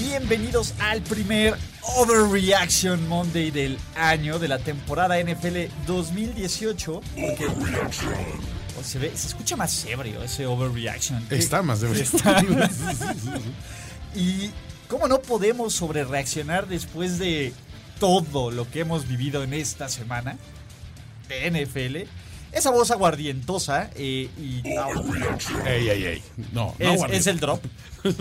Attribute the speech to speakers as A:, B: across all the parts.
A: Bienvenidos al primer Overreaction Monday del año de la temporada NFL 2018. Porque, o se, ve, se escucha más ebrio ese Overreaction. ¿Qué-
B: Está más de
A: Está- y cómo no podemos sobre reaccionar después de todo lo que hemos vivido en esta semana de NFL. Esa voz aguardientosa eh, y
B: Ey, ey, ey. No, no,
A: es,
B: guardia.
A: es el drop.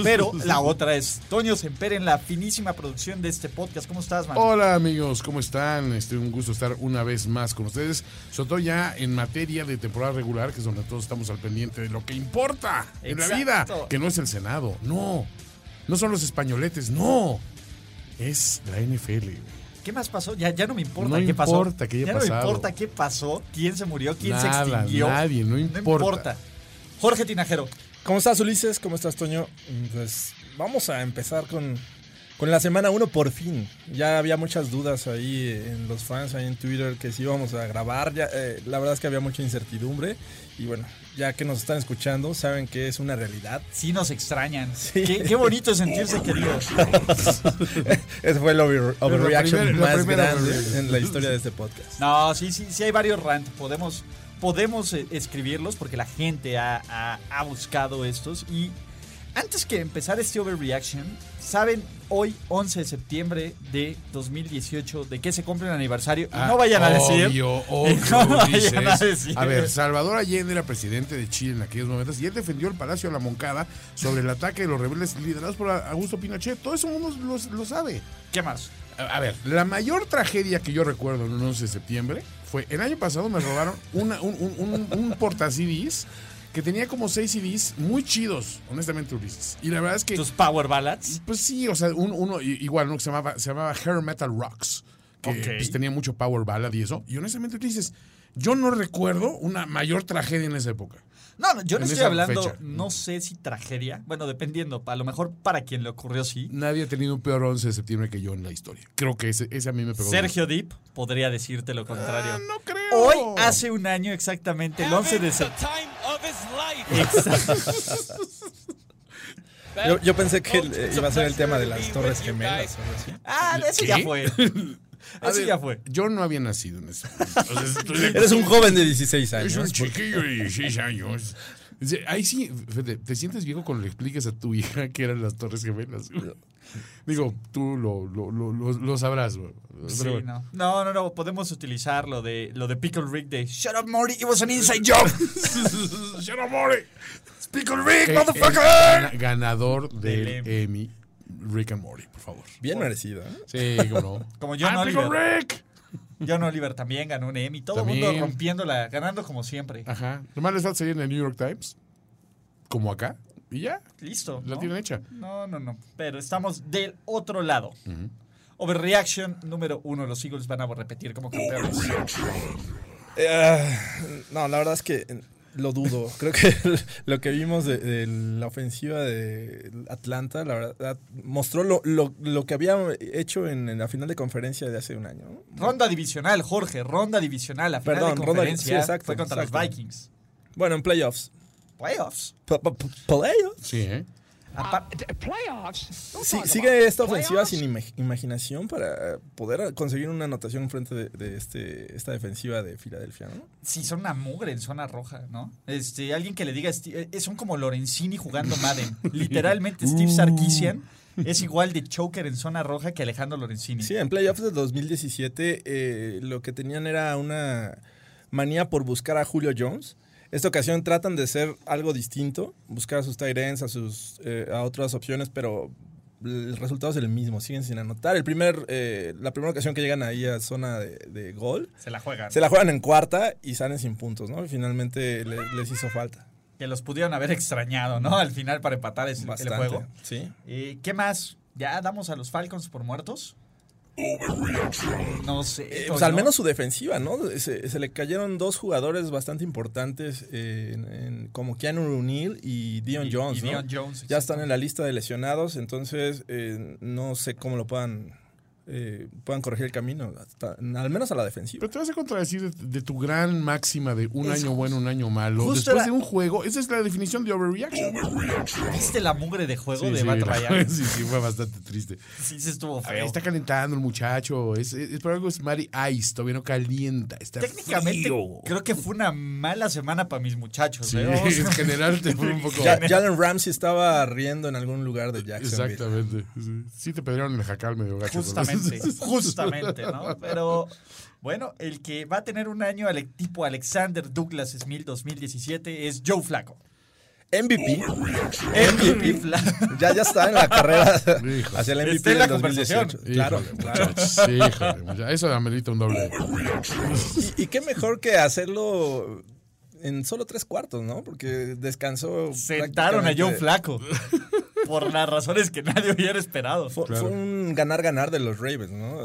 A: Pero la otra es Toño Semper en la finísima producción de este podcast. ¿Cómo estás, man?
B: Hola amigos, ¿cómo están? Este, un gusto estar una vez más con ustedes, sobre todo ya en materia de temporada regular, que es donde todos estamos al pendiente de lo que importa en la vida,
A: Exacto.
B: que no es el Senado, no, no son los españoletes, no, es la NFL. güey.
A: ¿Qué más pasó? Ya, ya no me importa
B: No
A: qué pasó.
B: importa qué haya
A: ya no
B: pasado.
A: me importa qué pasó, quién se murió, quién
B: Nada,
A: se extinguió.
B: nadie, no importa.
A: Jorge Tinajero.
C: ¿Cómo estás, Ulises? ¿Cómo estás, Toño? Mm, Pues vamos a empezar con, con la semana 1 por fin. Ya había muchas dudas ahí eh, en los fans, ahí en Twitter, que si íbamos a grabar. Ya, eh, la verdad es que había mucha incertidumbre. Y bueno, ya que nos están escuchando, saben que es una realidad.
A: Sí nos extrañan. Qué, qué bonito sentirse querido.
C: Ese fue el over- overreaction
B: primera- la
C: más
B: primera
C: grande
B: overreaction.
C: en la historia de este podcast.
A: No, sí, sí, sí hay varios rants. Podemos, podemos eh, escribirlos porque la gente ha, ha- ha buscado estos. Y antes que empezar este overreaction, saben, hoy 11 de septiembre de 2018, de que se cumple el aniversario. Y
B: Ah,
A: no vayan a decir...
B: obvio, obvio,
A: No vayan
B: dices.
A: a decir.
B: A ver, Salvador Allende era presidente de Chile en aquellos momentos y él defendió el Palacio de la Moncada sobre el ataque de los rebeldes liderados por Augusto Pinochet. Todo eso uno lo- lo sabe.
A: ¿Qué más?
B: A a ver, la mayor tragedia que yo recuerdo en un 11 de septiembre fue el año pasado me robaron una- un, un, un- un porta CDs que tenía como seis CDs muy chidos, honestamente, Ulises. Y la verdad es que,
A: ¿Tus power ballads?
B: pues sí, o sea, un- uno i- igual, uno que se llamaba, se llamaba Hair Metal Rocks, que
A: Ok.
B: pues, tenía mucho power ballad y eso. Y honestamente, Ulises, yo no recuerdo una mayor tragedia en esa época.
A: No, no, yo no
B: En
A: estoy
B: esa
A: hablando,
B: fecha.
A: no sé si tragedia. Bueno, dependiendo, a lo mejor para quien le ocurrió sí.
B: Nadie ha tenido un peor 11 de septiembre que yo en la historia. Creo que ese, ese a mí me pegó.
A: Sergio Deep podría decirte lo contrario.
B: Ah, no creo.
A: Hoy, hace un año exactamente, el 11 de septiembre.
D: time of his life.
C: Yo, yo pensé que eh, iba a ser el tema de las Torres Gemelas. o algo así.
A: Ah, eso
B: ¿Qué?
A: ya fue.
B: A
A: Eso
B: ver,
A: ya fue.
B: Yo no había nacido en ese momento. O sea, estoy de
C: Eres un joven de 16 años.
B: Es un chiquillo de 16 años. Dice, Ahí sí, fíjate, te sientes viejo cuando le explicas a tu hija que eran las Torres Gemelas. güey. Digo, tú lo, lo, lo, lo, lo sabrás, güey. Pero
A: Sí,
B: bueno.
A: no. no, no, no, podemos utilizar lo de, lo de Pickle Rick de Shut up, Morty, it was an inside job.
B: Shut up, Mori. Speak on Rick,
A: Eh,
B: motherfucker. Gana- ganador del
A: Del
B: Emmy, Rick and Morty, por favor.
C: Bien merecido. ¿eh?
B: Sí, cómo no.
A: Como yo
B: I'm
A: no,
B: Pickle
A: Oliver.
B: Rick.
A: John Oliver también ganó un Emmy. Todo el
B: También. Ah,
A: mundo rompiéndola, ganando como siempre.
B: Ajá. Nomás les falta salir en el New York Times, como acá, y ya.
A: Listo.
B: La
A: ¿no?
B: tienen hecha.
A: No, no, no. Pero estamos del otro lado. Overreaction número uno. Los Eagles van a repetir como campeones.
C: Eh, no, la verdad es que eh, lo dudo. Creo que lo que vimos de, de la ofensiva de Atlanta, la verdad, mostró lo, lo- lo que había hecho en, en la final de conferencia de hace un año. ¿no?
A: Ronda divisional, Jorge. Ronda divisional. La final
C: Perdón,
A: de
C: ronda-
A: conferencia
C: sí, exacto,
A: fue contra los
C: exacto.
A: Vikings.
C: Bueno, en playoffs.
A: Playoffs.
C: Pa- pa- pa- ¿Playoffs?
B: Sí, ¿eh?
A: Apar-
C: Sí, sigue esta ofensiva sin ima- imaginación para poder conseguir una anotación frente de, de este, esta defensiva de Filadelfia, ¿no?
A: Sí, son una mugre en zona roja, ¿no? Este, alguien que le diga, Sti- eh, eh, son como Lorenzini jugando Madden. Literalmente Steve Sarkisian es igual de choker en zona roja que Alejandro Lorenzini.
C: Uh. Sí, en playoffs de 2017 eh, lo que tenían era una manía por buscar a Julio Jones. Esta ocasión tratan de ser algo distinto, buscar a sus tight ends, a, sus, eh, a otras opciones, pero el resultado es el mismo, siguen sin anotar. El primer, eh, la primera ocasión que llegan ahí a zona de, de gol,
A: Se la juegan.
C: se la juegan en cuarta y salen sin puntos, ¿no? Y finalmente le- les hizo falta.
A: Que los pudieron haber extrañado, ¿no? Al final para empatar es- el
C: Bastante.
A: juego.
C: Sí.
A: Eh, ¿Qué más? ¿Ya damos a los Falcons por muertos? No sé.
C: Eh,
A: Toño.
C: pues al menos su defensiva, ¿no? Se, se le cayeron dos jugadores bastante importantes, eh, en- en- como Keanu Neal y Dion
A: Y-
C: Jones,
A: y
C: ¿no?
A: Deion Jones,
C: ya
A: exacto.
C: están en la lista de lesionados, entonces eh, no sé cómo lo puedan, eh, puedan corregir el camino, hasta- al menos a la defensiva.
B: Pero pues, te vas a contradecir de, de tu gran máxima de un
A: Es
B: año
A: ju-
B: bueno, un año malo.
A: justo
B: Después
A: era-
B: de un juego, esa es la definición de overreaction.
A: ¿Viste la mugre de juego
B: Sí,
A: de
B: sí,
A: Matt
B: la-
A: Ryan?
B: sí, sí, fue bastante triste.
A: Sí, se estuvo
B: A ver,
A: feo.
B: está calentando el muchacho. Es, es- es por algo es Mary Ice, todavía no calienta. Está
A: Técnicamente,
B: frío.
A: creo que fue una mala semana para mis muchachos.
B: Sí,
A: ¿eh? Vamos
B: en general te fue un poco.
C: Ya- Jalen Ramsey estaba riendo en algún lugar de Jacksonville.
B: Exactamente. Sí. Sí te pedieron el jacal medio gacho. ¿verdad?
A: Justamente, justamente, ¿no? Pero bueno, el que va a tener un año al tipo Alexander Douglas Smith 2017 es Joe Flaco.
C: MVP,
A: MVP Flaco.
C: ya, ya está en la carrera
B: Híjole.
C: hacia el MVP
A: Está en la
C: del 2018.
B: Híjole,
C: Claro, claro.
B: muchachos, híjole, muchachos. Eso amerita un doble.
C: Y, y qué mejor que hacerlo en solo tres cuartos, ¿no? Porque descansó.
A: Sentaron a Joe
C: prácticamente-
A: Flaco por las razones que nadie hubiera esperado.
C: Fue, fue un ganar-ganar de los Ravens, ¿no?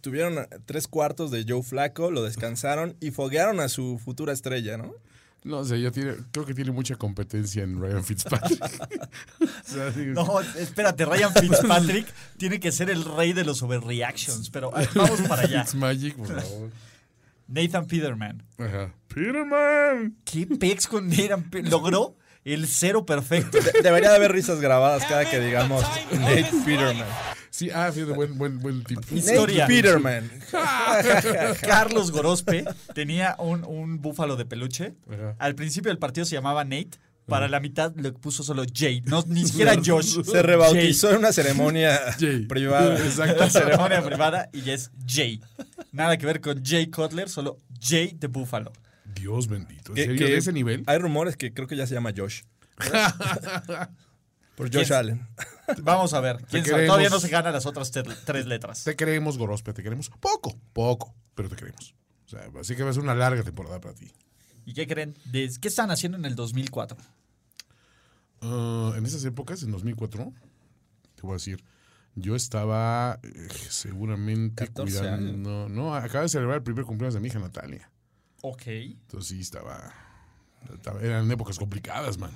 C: Tuvieron a- tres cuartos de Joe Flaco, lo descansaron y foguearon a su futura estrella, ¿no?
B: No sé, ya tiene, creo que tiene mucha competencia en Ryan Fitzpatrick. O sea, digo,
A: No, espérate, Ryan Fitzpatrick tiene que ser el rey de los overreactions, pero ah, vamos para allá.
B: Fitzmagic, por favor.
A: Nathan Peterman.
B: Ajá. Peterman.
A: ¿Qué pex con Nathan Pe- Logró el cero perfecto.
C: De- debería de haber risas grabadas cada que digamos Nate Peterman.
B: Sí, ah, fíjate, buen, buen, buen tipo.
A: Historia.
C: Nate Peterman.
A: Carlos Gorospe tenía un, un búfalo de peluche.
B: Ajá.
A: Al principio del partido se llamaba Nate. Para la mitad le puso solo Jay. No, ni siquiera Josh.
C: Se rebautizó en una ceremonia
B: Jay.
C: privada.
B: Exacto.
A: La ceremonia privada y ya es Jay. Nada que ver con Jay Cutler, solo Jay de Búfalo.
B: Dios bendito. ¿En
C: Que-
B: serio?
C: que
B: ¿De ese nivel?
C: Hay rumores que creo que ya se llama Josh. Por
A: ¿Quién es?
C: Josh Allen.
A: Vamos a ver. ¿Quién sabe?
B: queremos.
A: Todavía no se ganan las otras ter- tres letras.
B: Te queremos, Gorospe, te queremos. Poco, poco, pero te queremos. O sea, así que va a ser una larga temporada para ti.
A: ¿Y qué creen? ¿De- ¿Qué están haciendo en el 2004?
B: Ah, en esas épocas, en 2004, te voy a decir, yo estaba eh, seguramente
C: 14
B: cuidando.
C: años.
B: No, no, acaba de celebrar el primer cumpleaños de mi hija Natalia.
A: Ok.
B: Entonces sí, estaba. estaba- eran épocas complicadas, man.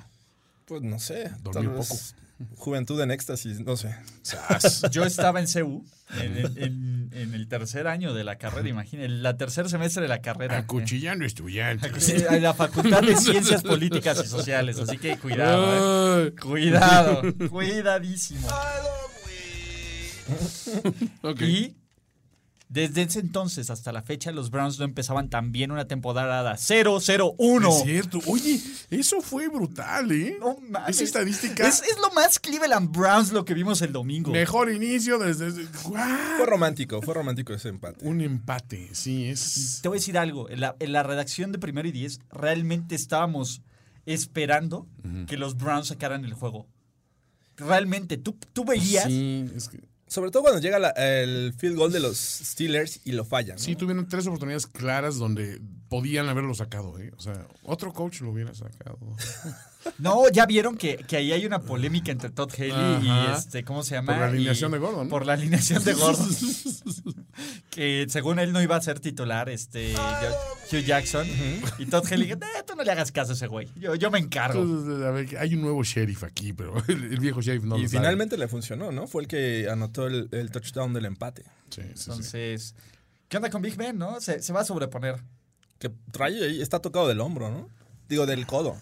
C: Pues no sé.
B: Dormí
C: tal vez Juventud en éxtasis, no sé.
B: Sas.
A: Yo estaba en CEU, en, en- en- en el tercer año de la carrera, imagínate, el tercer semestre de la carrera.
B: Ah, Acuchillando estudiantes.
A: Sí, a la Facultad de Ciencias Políticas y Sociales, así que cuidado, eh.
B: Ay,
A: cuidado, cuidadísimo.
B: ok.
A: Y desde ese entonces hasta la fecha los Browns no empezaban también una temporada 0-0-1.
B: Es cierto. Oye, eso fue brutal, ¿eh?
A: No mames.
B: Esa estadística.
A: Es, es lo más Cleveland Browns lo que vimos el domingo.
B: Mejor inicio desde. desde- ¡Guau!
C: Fue romántico, fue romántico ese empate.
B: Un empate, sí, es.
A: Te voy a decir algo. En la, en la redacción de Primero y Diez realmente estábamos esperando que los Browns sacaran el juego. Realmente, tú, tú veías.
B: Sí, es que-
C: Sobre todo cuando llega la- el field goal de los Steelers y lo fallan. ¿no?
B: sí, tuvieron tres oportunidades claras donde podían haberlo sacado, ¿eh? O sea, otro coach lo hubiera sacado.
A: No, ya vieron que, que ahí hay una polémica entre Todd Haley y
B: Ajá.
A: este, ¿cómo se llama?
B: Por la alineación
A: Y-
B: de Gordon, ¿no?
A: Por la alineación de Gordon. que según él no iba a ser titular, este yo- Hugh Jackson. Y Todd Haley, eh, tú no le hagas caso a ese güey. Yo, yo me encargo.
B: Entonces, a ver, hay un nuevo sheriff aquí, pero el, el viejo sheriff no
C: y
B: lo sabe.
C: finalmente le funcionó, ¿no? Fue el que anotó el, el touchdown del empate.
B: Sí, sí, sí.
A: Entonces, ¿qué onda con Big Ben, no? Se, se va a sobreponer.
C: Que trae ahí, está tocado del hombro, ¿no? Digo, del codo.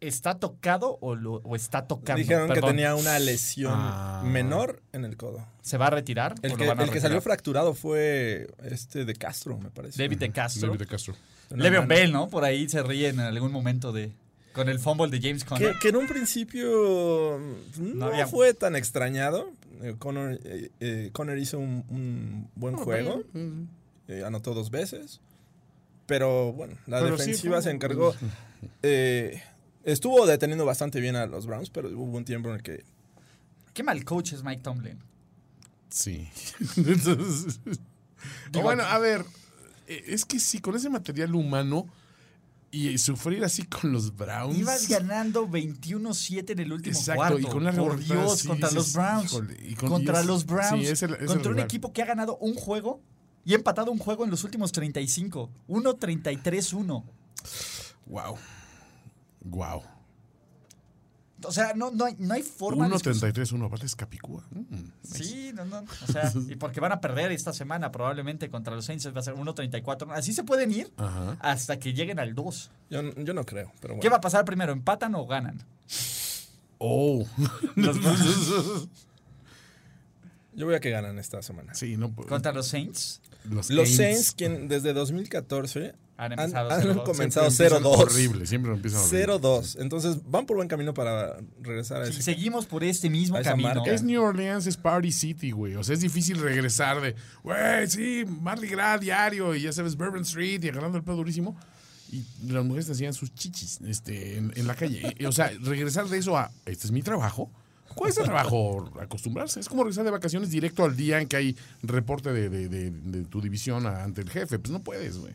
A: ¿Está tocado o, lo- o está tocando?
C: Dijeron que
A: Perdón.
C: tenía una lesión
B: Ah.
C: menor en el codo.
A: ¿Se va a retirar? o
C: El
A: lo
C: que,
A: van a
C: el que
A: retirar?
C: salió fracturado fue este de Castro, me parece.
A: David de Castro.
B: David de Castro.
C: Una
A: Le'Veon
C: mano.
A: Bell, ¿no? Por ahí se ríe en algún momento de con el fumble de James
C: Que,
A: Conner.
C: que en un principio mm,
A: No
C: no,
A: había-
C: fue tan extrañado. Eh, Connor, eh, eh, Connor hizo un, un buen juego.
B: mm.
C: Eh, anotó dos veces. Pero bueno, la
B: Pero sí
C: defensiva
B: fue-
C: se encargó. Eh, estuvo deteniendo bastante bien a los Browns, pero hubo un tiempo en el que.
A: Qué mal coach es Mike Tomlin.
B: Sí. Entonces,
A: Digo,
B: e, bueno, a ver, eh, es que sí, con ese material humano y sufrir así con los Browns.
A: Ibas ganando 21-7 en el último
B: Exacto,
A: cuarto.
B: y con una
A: Por
B: remontada,
A: Dios,
B: sí,
A: contra
B: dices,
A: los Browns.
B: híjole, y con-
A: contra
B: y es-
A: los Browns.
B: sí, es el- es el
A: contra un
B: rival.
A: equipo que ha ganado un juego y ha empatado un juego en los últimos 35. 1-33-1.
B: Wow. Wow.
A: O sea, no, no, hay, no hay forma de...
B: 1.33-1, aparte es Capicúa. Mm.
A: Sí, no, no. O sea, y porque van a perder esta semana probablemente contra los Saints. Va a ser 1-34. Así se pueden ir
B: Ajá.
A: hasta que lleguen al 2.
C: Yo, n- yo no creo, pero
A: ¿Qué
C: bueno.
A: va a pasar primero? ¿Empatan o ganan?
B: Oh.
C: Yo voy a que ganan esta semana.
B: sí, no. po-
A: ¿Contra los Saints?
B: Los,
C: Los Saints, quien desde 2014
A: Han
C: han,
A: empezado
C: han
A: 0-2.
C: comenzado
B: Siempre empiezan
C: 0-2.
B: Horrible, siempre empiezan horrible.
C: 0-2. Entonces van por buen camino para regresar a
A: Si
C: ese.
A: seguimos por este mismo
C: A esa
A: camino.
C: marca.
B: Es New Orleans, es Party City, güey. O sea, es difícil regresar de, güey, sí, Mardi Gras diario y ya sabes, Bourbon Street y agarrando el pedo durísimo. Y las mujeres te hacían sus chichis este, en, en la calle. Y, o sea, regresar de eso a, este es mi trabajo. ¿Cuál es el trabajo? Acostumbrarse. Es como regresar de vacaciones directo al día en que hay reporte de, de- de- de tu división a- ante el jefe. Pues no puedes, güey.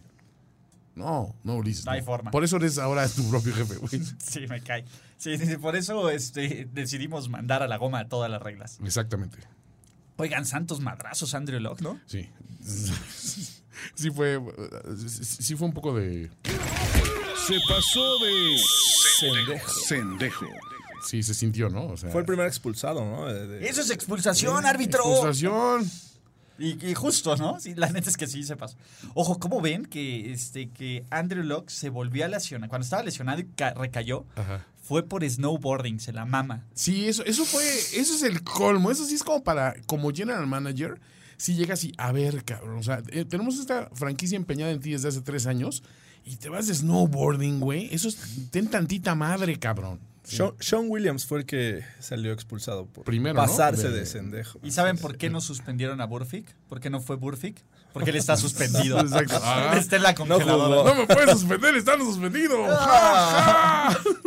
B: No, no, Ulises.
A: No hay forma.
B: Por eso eres ahora tu propio jefe, güey.
A: Sí, me cae. Sí, sí, sí, por eso este, decidimos mandar a la goma todas las reglas.
B: Exactamente.
A: Oigan, santos madrazos, Andrew Locke, ¿no?
B: Sí. Sí fue, sí fue un poco de...
E: Se pasó de
C: Sendejo.
E: sendejo.
B: Sí, se sintió, ¿no? O sea,
C: Fue el primer expulsado, ¿no? De- de-
A: Eso es expulsación, árbitro.
B: frustración.
A: Y, y justo, ¿no? Sí, la neta es que sí se pasó. Ojo, ¿cómo ven que, este, que Andrew Locke se volvió a lesionar? Cuando estaba lesionado y ca- recayó,
B: Ajá.
A: fue por snowboarding, se la mama.
B: Sí, eso, eso fue, eso es el colmo. Eso sí es como para, como general manager, si llega así, a ver, cabrón, o sea, eh, tenemos esta franquicia empeñada en ti desde hace tres años y te vas de snowboarding, güey. Eso es, ten tantita madre, cabrón.
C: Sean, Sean Williams fue el que salió expulsado por
B: Primero, ¿no?
C: pasarse
B: De-
C: de sendejo.
A: ¿Y saben por qué no suspendieron a Burfick? ¿Por qué no fue Burfick? Porque él está suspendido.
B: Exacto. Ah.
A: Está en la congeladora.
C: jugó.
B: No me puedes suspender, están suspendido.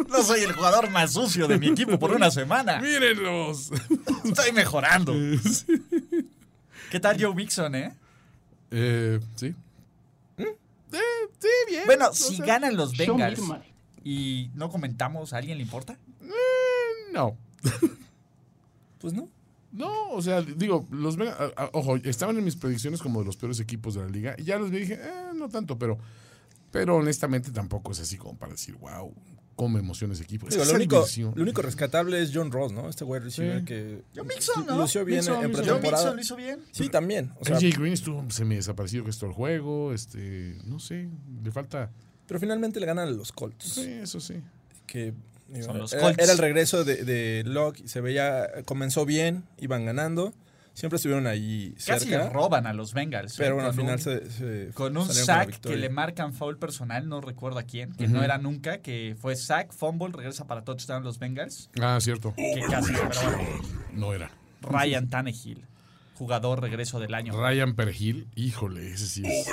A: No soy el jugador más sucio de mi equipo por una semana.
B: Mírenlos.
A: Estoy mejorando. ¿Qué tal Joe Mixon, eh?
B: Eh, sí. Eh, sí, bien.
A: Bueno,
B: O
A: si
B: sea,
A: ganan los Bengals y no comentamos, ¿a alguien le importa?
B: No.
C: Pues no.
B: No, o sea, digo, los Vegas- a- a- ojo, estaban en mis predicciones como de los peores equipos de la liga. Y ya los vi y dije, eh, no tanto, pero, pero honestamente tampoco es así como para decir, wow, cómo me emociona ese equipo. Es
C: Digo, lo,
B: esa
C: único,
B: diversión.
C: lo único rescatable es John Ross, ¿no? Este wide receiver
B: Sí.
C: que
A: Yo Mixon, ¿no?
C: lució bien
B: Mixon,
C: en
B: Mixon.
A: Joe
C: pretemporada.
A: Mixon lo hizo bien.
C: Sí, también. O sea,
B: AJ Green estuvo se me desapareció que esto el juego, este, no sé, le falta.
C: pero finalmente le ganan a los Colts.
B: Sí, eso sí.
C: que digo,
A: Son los
C: era,
A: Colts.
C: era el regreso de, de Locke, se veía, comenzó bien, iban ganando, siempre estuvieron ahí
A: Casi
C: cerca,
A: le roban a los Bengals. eh,
C: pero bueno, al
A: Con
C: final
A: un-
C: se, se
A: Con un
C: salieron la
A: sack que
C: victoria.
A: le marcan foul personal, no recuerdo a quién, que no era nunca, que fue sack, fumble, regresa para touchdown los Bengals.
B: Ah, cierto.
A: Que casi, pero bueno.
B: No era.
A: Ryan Tannehill, jugador regreso del año.
B: Ryan Pergil, híjole, ese sí es.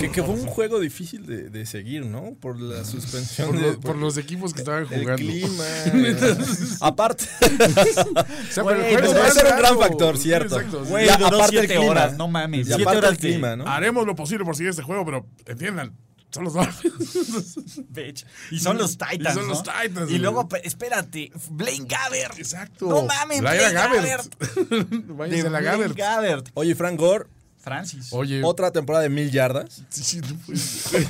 C: que, que fue un juego difícil de, de seguir, ¿no? Ah, Por la suspensión
B: Por,
C: de-
B: los- por los equipos que estaban
C: el
B: jugando.
C: clima. aparte,
B: O sea, pero
A: Güey,
B: el juego
A: no,
B: estaba
C: ese era un gran
B: cerrado.
C: factor,
B: Sí,
C: cierto.
B: exacto, sí.
A: Güey,
C: Ya,
A: duró
C: aparte el
A: siete
C: clima.
A: horas, no mames.
C: y
A: Siete
C: aparte
A: horas
C: el clima, ¿no?
B: Haremos lo posible por seguir este juego, pero entiendan, son los Dolphins.
A: de... bitch. Y son los Titans.
B: Y son los
A: ¿no?
B: Titans,
A: Y
B: güey.
A: luego, pe- espérate, Blaine Gabbert.
B: Exacto.
A: No mames,
B: Laira
A: Blaine
B: Gabbert. Váyanse a la
A: Blaine
B: Gabbert.
A: Gabbert.
C: Oye, Frank Gore,
A: Francis.
B: Oye,
C: otra temporada de mil yardas.
B: sí, sí, no puede ser.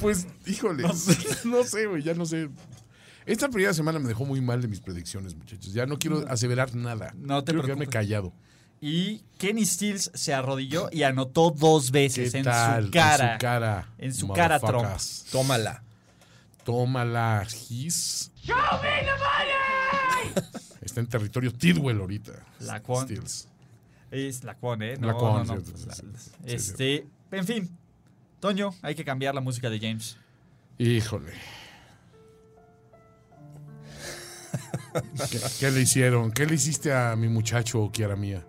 B: pues, híjole, no sé, güey, ya no sé. Esta primera semana me dejó muy mal de mis predicciones, muchachos. Ya no quiero aseverar nada.
A: No te
B: quiero quedarme
A: preocupes.
B: callado.
A: Y Kenny Stills se arrodilló y anotó dos
B: ¿Qué
A: veces en
B: tal?
A: su
B: En
A: cara.
B: su cara.
A: En su cara, Trump.
B: motherfuckers.
C: Tómala.
B: Tómala, Gis. Está en territorio Tidwell ahorita.
A: Laquan.
B: Steels.
A: Es Lacuón, ¿eh? No,
B: Lacuón,
A: no, no.
B: sí, sí, sí.
A: Este, en fin. Toño, hay que cambiar la música de James.
B: Híjole. ¿Qué, qué le hicieron? ¿Qué le hiciste a mi muchacho, Kiara mía?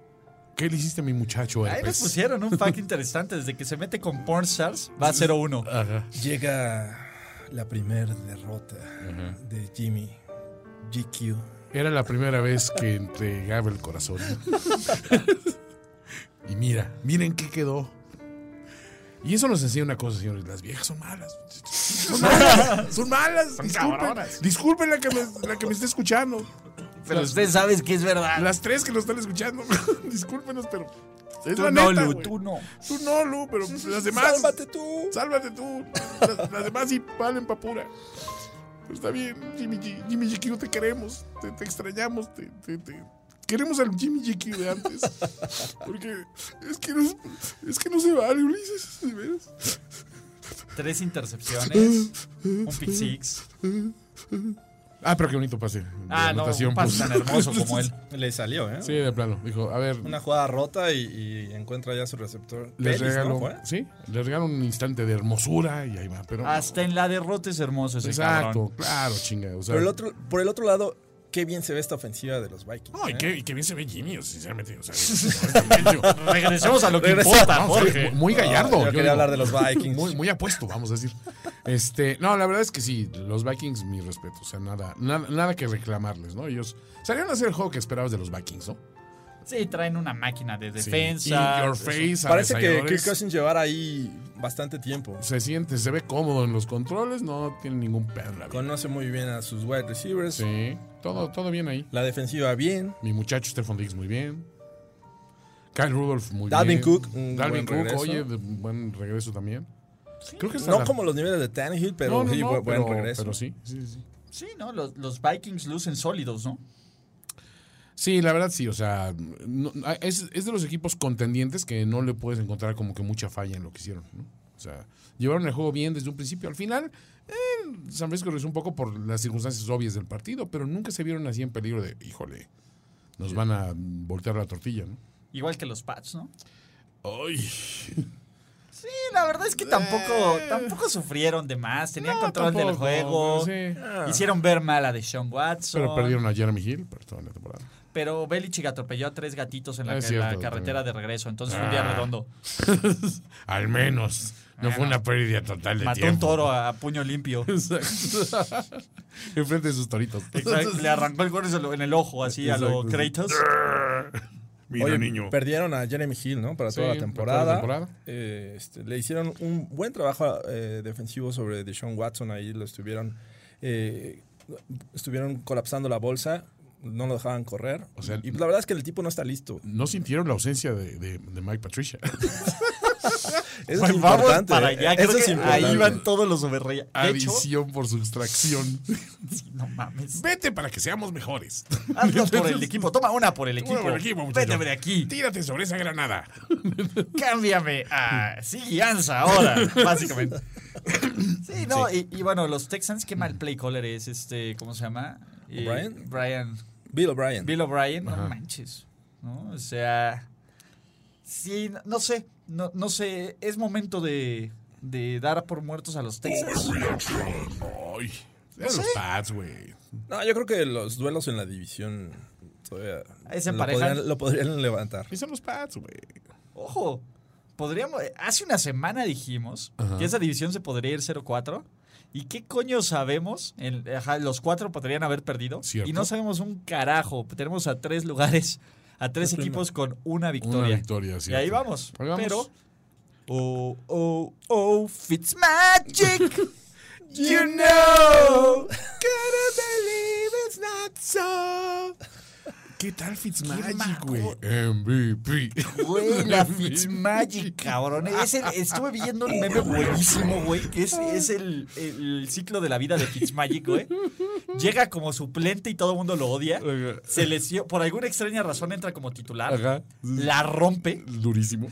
B: ¿Qué le hiciste a mi muchacho,
A: Ahí nos
B: Herpes?
A: pusieron un fact interesante. Desde que se mete con Pornstars, va a 0-1.
B: Ajá.
C: Llega la primer derrota de Jimmy GQ.
B: Era la primera vez que entregaba el corazón. y mira, miren qué quedó. Y eso nos enseña una cosa, señores. Las viejas son malas. Son malas. Son malas. Disculpen,
F: cabronas.
B: disculpen la que me, la que me está escuchando.
A: Pero usted sabe que es verdad.
B: Las tres que nos están escuchando. Discúlpenos, pero. Es
A: Tú
B: la
A: no,
B: neta,
A: Lu,
B: güey.
A: tú no.
B: Tú no, Lu, pero las demás.
C: Sálvate tú.
B: Sálvate tú. Las, las demás sí valen papura. Pero está bien, Jimmy G. Jimmy G, Q, te queremos. Te, te extrañamos. Te, te- te- Queremos al Jimmy GQ de antes. Porque es que no, es que no se vale, Ulises. de veras.
A: Tres intercepciones, un pick six.
B: Ah, pero qué bonito pase. de
A: Ah, no,
B: anotación,
A: un pase
B: pues.
A: tan hermoso como él.
C: Le salió, ¿eh?
B: Sí, de plano. Dijo, a ver,
C: Una jugada rota y, y encuentra ya su receptor.
B: les
C: Pérez, ¿no
B: regalo.
C: fue?
B: Sí, les regalo un instante de hermosura y ahí va. Pero,
A: Hasta en la derrota es hermoso ese
B: exacto,
A: Ah, cabrón.
B: claro, chinga. O sea,
C: Por el, otro, por el otro lado, qué bien se ve esta ofensiva de los Vikings.
B: No, y
C: ¿eh?
B: qué, y qué bien se ve Jimmy, o sea, sinceramente. O sea, honestamente, yo-
A: Regresemos a lo que
C: Regresemos.
A: importa,
B: no, sí,
A: Jorge.
B: muy- muy gallardo.
C: Ah, yo
B: yo
C: quería
B: digo.
C: hablar de los Vikings.
B: Muy, muy apuesto, vamos a decir. Este, no, la verdad es que sí, los Vikings, mi respeto. O sea, nada, nada, nada que reclamarles, ¿no? Ellos salieron a hacer el juego que esperabas de los Vikings, ¿no?
A: Sí, traen una máquina de
B: Sí.
A: defensa.
B: In your face,
C: Parece que
B: ametralladores.
C: Kirk Cousins llevará ahí bastante tiempo.
B: se siente, se ve cómodo en los controles, no tiene ningún pedo en la vida.
C: Conoce muy bien a sus wide receivers.
B: Sí, todo, todo bien ahí.
C: La defensiva bien.
B: Mi muchacho Stephon Diggs muy bien. Kyle Rudolph muy
C: Dalvin
B: bien.
C: Cook, un
B: Dalvin
C: buen
B: Cook,
C: regreso.
B: oye, de- buen regreso también. Creo que hasta
C: No
B: la-
C: como los niveles de Tannehill, pero
B: No, no,
C: sí,
B: no,
C: bu- buen
B: pero-
C: regreso.
B: Pero sí, sí, sí.
A: Sí, ¿no? Los, los Vikings lucen sólidos, ¿no?
B: Sí, la verdad sí, o sea, no- es, es de los equipos contendientes que no le puedes encontrar como que mucha falla en lo que hicieron, ¿no? O sea, llevaron el juego bien desde un principio. Al final, eh, San Francisco regresó un poco por las circunstancias obvias del partido, pero nunca se vieron así en peligro de, híjole, nos van a voltear la tortilla, ¿no?
A: Igual que los Pats, ¿no?
B: Ay.
A: Sí, la verdad es que tampoco,
B: Eh.
A: tampoco sufrieron de más. Tenían control del juego.
C: Ah.
A: Hicieron ver mal a Deshaun Watson.
B: Pero perdieron a Jeremy Hill para toda la temporada.
A: Pero Belichick atropelló a tres gatitos en la,
B: Es
A: ca- la
B: cierto,
A: carretera
B: también.
A: de regreso. Entonces fue un día
B: Ah.
A: redondo.
B: Al menos. No fue una pérdida total de
A: Mató un
B: tiempo.
A: toro a, a puño limpio.
B: Exacto. Enfrente de sus toritos.
A: Exacto, Le arrancó el gorro en el ojo, así a lo Kratos.
B: Mira,
C: Oye,
B: niño.
C: perdieron a Jeremy Hill, ¿no? Para
B: Sí,
C: toda la
B: para
C: temporada.
B: toda la temporada.
C: Eh, este, le hicieron un buen trabajo eh, defensivo sobre Deshaun Watson. Ahí lo estuvieron. eh, estuvieron colapsando la bolsa. No lo dejaban correr.
B: O sea,
C: y la verdad es que el tipo no está listo.
B: No sintieron la ausencia de, de- de Mike Patricia.
C: Eso
A: Pues
C: es
A: vamos
C: importante.
A: para
C: eh.
A: allá. Creo
C: Eso es
A: que
C: importante.
A: ahí van todos los overreyes. De hecho,
B: Adición por sustracción.
A: sí, no mames.
B: Vete para que seamos mejores.
A: Hazlo por el equipo. Toma una por el equipo.
B: Bueno, por equipo, muchacho.
A: Vete de aquí.
B: Tírate sobre esa granada.
A: Cámbiame a sí, guianza ahora, básicamente. Sí, no, Y, y bueno, los Texans, qué mal play caller es este, ¿cómo se llama? Eh,
C: ¿O'Brien?
A: Brian.
C: Bill O'Brien.
A: Bill O'Brien, no
B: Ajá.
A: manches. ¿no? O sea, sí, no- no sé, no, no sé, es momento de, de dar por muertos a los Texans.
B: Ay. Eran los Pats, güey.
C: No, yo creo que los duelos en la división todavía
A: Ahí se
C: lo
A: emparejan.
C: podrían, lo podrían levantar.
B: Y son los Pats, güey.
A: Ojo, podríamos. eh, Hace una semana dijimos que esa división se podría ir 0-4. ¿Y qué coño sabemos? El- ajá, los cuatro podrían haber perdido.
B: Cierto.
A: Y no sabemos un carajo. Tenemos a tres lugares, a tres
C: Pues,
A: equipos con una victoria.
B: Una victoria,
A: Y ahí
B: cierto.
A: vamos.
B: Ahí vamos.
A: Pero. Oh, oh, oh, Fitzmagic. you know.
B: ¿Qué tal
A: Qué
B: Fitzmagic,
A: mago.
B: güey? MVP.
A: Güey, la Fitzmagic, cabrón. Es el- estuve viendo un meme buenísimo, güey, que es, es el, el ciclo de la vida de Fitzmagic, güey. Llega como suplente y todo el mundo lo odia.
B: Ajá.
A: Se lesiona, por alguna extraña razón entra como titular.
B: Ajá.
A: La rompe,
B: Durísimo.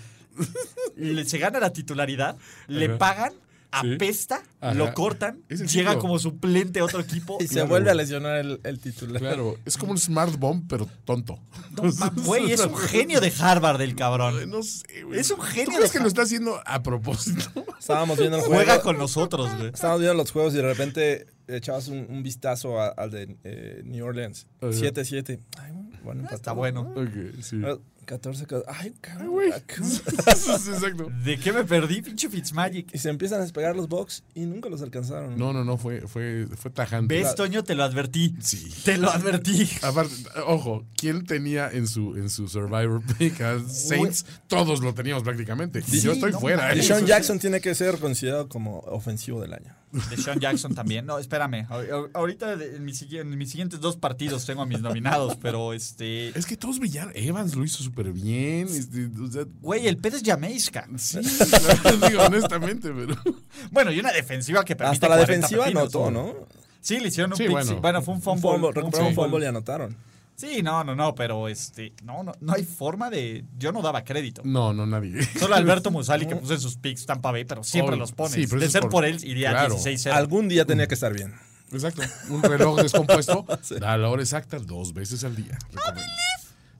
A: le- se gana la titularidad, le
B: Ajá.
A: pagan,
B: Sí.
A: apesta,
B: Ajá.
A: lo cortan,
B: Es el
A: llega
B: ciclo.
A: como suplente a otro equipo.
C: Y se
B: Claro,
C: vuelve
B: güey.
C: a lesionar el, el titular.
B: Claro, es como un smart bomb, pero tonto.
A: No, ma- Güey, es un genio de Harvard el cabrón.
B: No sé, güey.
A: Es un genio
B: ¿Tú
A: de
B: crees que
A: ja-
B: lo está haciendo a propósito?
C: Estábamos viendo el juego.
A: Juega con nosotros, güey.
C: Estábamos viendo los juegos y de repente echabas un, un vistazo a- al de eh, New Orleans.
B: Ajá.
C: 7-7. Ay, Ah, bueno, empatado.
A: Está bueno.
B: Ok, sí.
C: Ah, 14, 14. Ay, cabrón.
B: Exacto.
A: ¿De qué me perdí, pinche Fitzmagic?
C: Y se empiezan a despegar los box y nunca los alcanzaron.
B: No, no, no, fue, fue, fue tajante.
A: ¿Ves, Toño? Te lo advertí.
B: Sí.
A: Te lo advertí.
B: Aparte, ojo, ¿quién tenía en su, en su Survivor pick a Saints? Todos lo teníamos prácticamente. Y
A: Sí,
B: yo estoy
A: no
B: fuera.
C: Y
B: ¿eh?
A: mames.
C: Sean Jackson tiene que ser considerado como ofensivo del año.
A: De Sean Jackson también. No, espérame. A- a- Ahorita de- en, mis sigui- en mis siguientes dos partidos tengo a mis nominados, pero este.
B: Es que todos brillaron. Evans lo hizo súper bien. este, o sea,
A: Güey, el pedo es Jameisca.
B: sí, la verdad, digo, honestamente, pero.
A: Bueno, y una defensiva que permite
C: Hasta la
A: 40
C: defensiva
A: pepinos,
C: anotó,
A: güey.
C: ¿no?
A: Sí, le hicieron un
B: Sí,
A: pick,
B: bueno.
A: sí. Bueno, fue un
C: Un
A: fumble.
C: fumble, recuperaron un
B: fumble.
C: fumble y anotaron.
A: Sí, no, no, no, pero este. No, no, no hay forma de. Yo no daba crédito.
B: No, no, nadie.
A: Solo Alberto Musali que puso en sus picks Tampa Bay, pero siempre
B: Oh,
A: los pone.
B: sí, pero
A: de
B: eso es
A: ser por,
B: por-
A: él, iría
B: claro.
A: 16-0.
C: Algún día tenía que estar bien.
B: Exacto. Un reloj descompuesto a la hora exacta dos veces al día.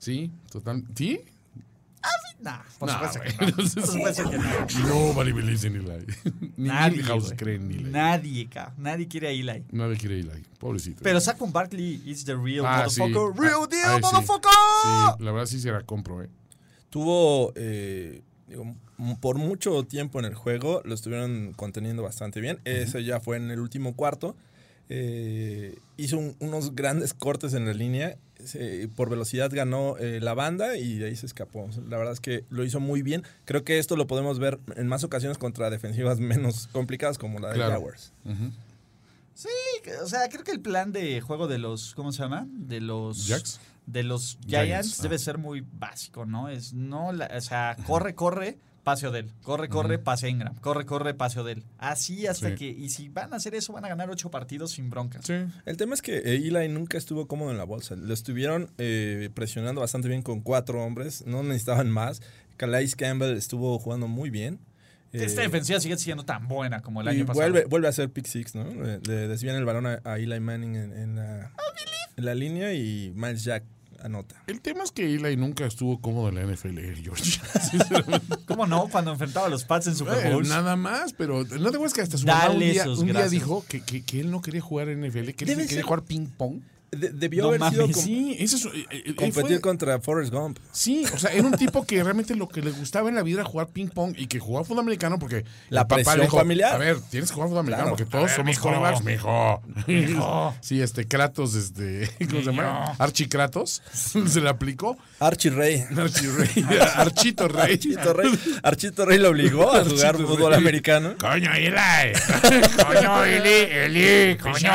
B: Sí, total. ¿Sí?
A: Nah, por
B: Nah,
A: supuesto que
B: güey.
A: no. Por supuesto que no.
B: Nobody believes in Eli. Ni
A: Nadie,
B: Milhouse
A: güey.
B: cree en Eli.
A: Nadie, ca. Nadie quiere a Eli.
B: Nadie quiere a Eli. Pobrecito.
A: Pero Saquon Barkley is the real
B: Ah, sí.
A: motherfucker. Real
B: Ah,
A: deal,
B: ahí sí.
A: motherfucker.
B: Sí, la verdad sí se la compro, ¿eh?
C: Tuvo, eh, digo, m- por mucho tiempo en el juego, lo estuvieron conteniendo bastante bien. Eso ya fue en el último cuarto. Eh, hizo un- unos grandes cortes en la línea. Se- por velocidad ganó eh, la banda y de ahí se escapó. La verdad es que lo hizo muy bien. Creo que esto lo podemos ver en más ocasiones contra defensivas menos complicadas como la de
B: Claro.
C: Jaguars.
A: Sí, o sea, creo que el plan de juego de los, ¿cómo se llama? De los
B: ¿Jacks?
A: de los Giants,
B: Giants, ah.
A: debe ser muy básico, ¿no? Es no, la- o sea, corre, corre, paseo de él. Corre, corre, pase a Ingram. Corre, corre, paseo de él. Así hasta
B: Sí.
A: que y si van a hacer eso van a ganar ocho partidos sin bronca.
B: Sí.
C: El tema es que eh, Eli nunca estuvo cómodo en la bolsa. Lo estuvieron eh, presionando bastante bien con cuatro hombres. No necesitaban más. Calais Campbell estuvo jugando muy bien. Eh,
A: Esta defensiva sigue siendo tan buena como el
C: y
A: año pasado.
C: Vuelve, vuelve a ser pick six, ¿no? Le, le desvían el balón a, a Eli Manning en, en la, en la línea y Miles Jack anota.
B: El tema es que Eli nunca estuvo cómodo en la NFL, eh, George. Sinceramente.
A: ¿Cómo no? Cuando enfrentaba a los Pats en Super
B: Eh,
A: Bowl.
B: nada más, pero no te acuerdas que hasta su
A: Dale
B: mamá un día,
A: sus
B: un día
A: gracias.
B: dijo que, que- que él no quería jugar en NFL, que él
C: Debe
B: quería
C: ser-
B: jugar ping pong.
C: De- debió
A: No
C: haber sido
A: mames.
C: com-
B: Sí, ese es, eh, eh, él
C: competir
B: fue-
C: contra Forrest Gump.
B: Sí, o sea, era un tipo que realmente lo que le gustaba en la vida era jugar ping pong y que jugaba fútbol americano porque
C: La
B: el papá
C: presión
B: le dijo,
C: familiar.
B: A ver, tienes que jugar fútbol americano
C: Claro.
B: porque todos
A: ver,
B: somos
A: mijo.
B: corebacks, mijo.
A: Mijo.
B: Sí, este Kratos, este, ¿cómo se llama?
A: Niño.
B: Archie Kratos, se le aplicó.
C: Archie Rey.
B: Archie Rey, Archito Rey.
C: Archito Rey, Archito Rey lo obligó a jugar
B: Archito
C: fútbol
B: Rey.
C: americano.
B: Coño, Eli. Coño, Eli, Eli, coño.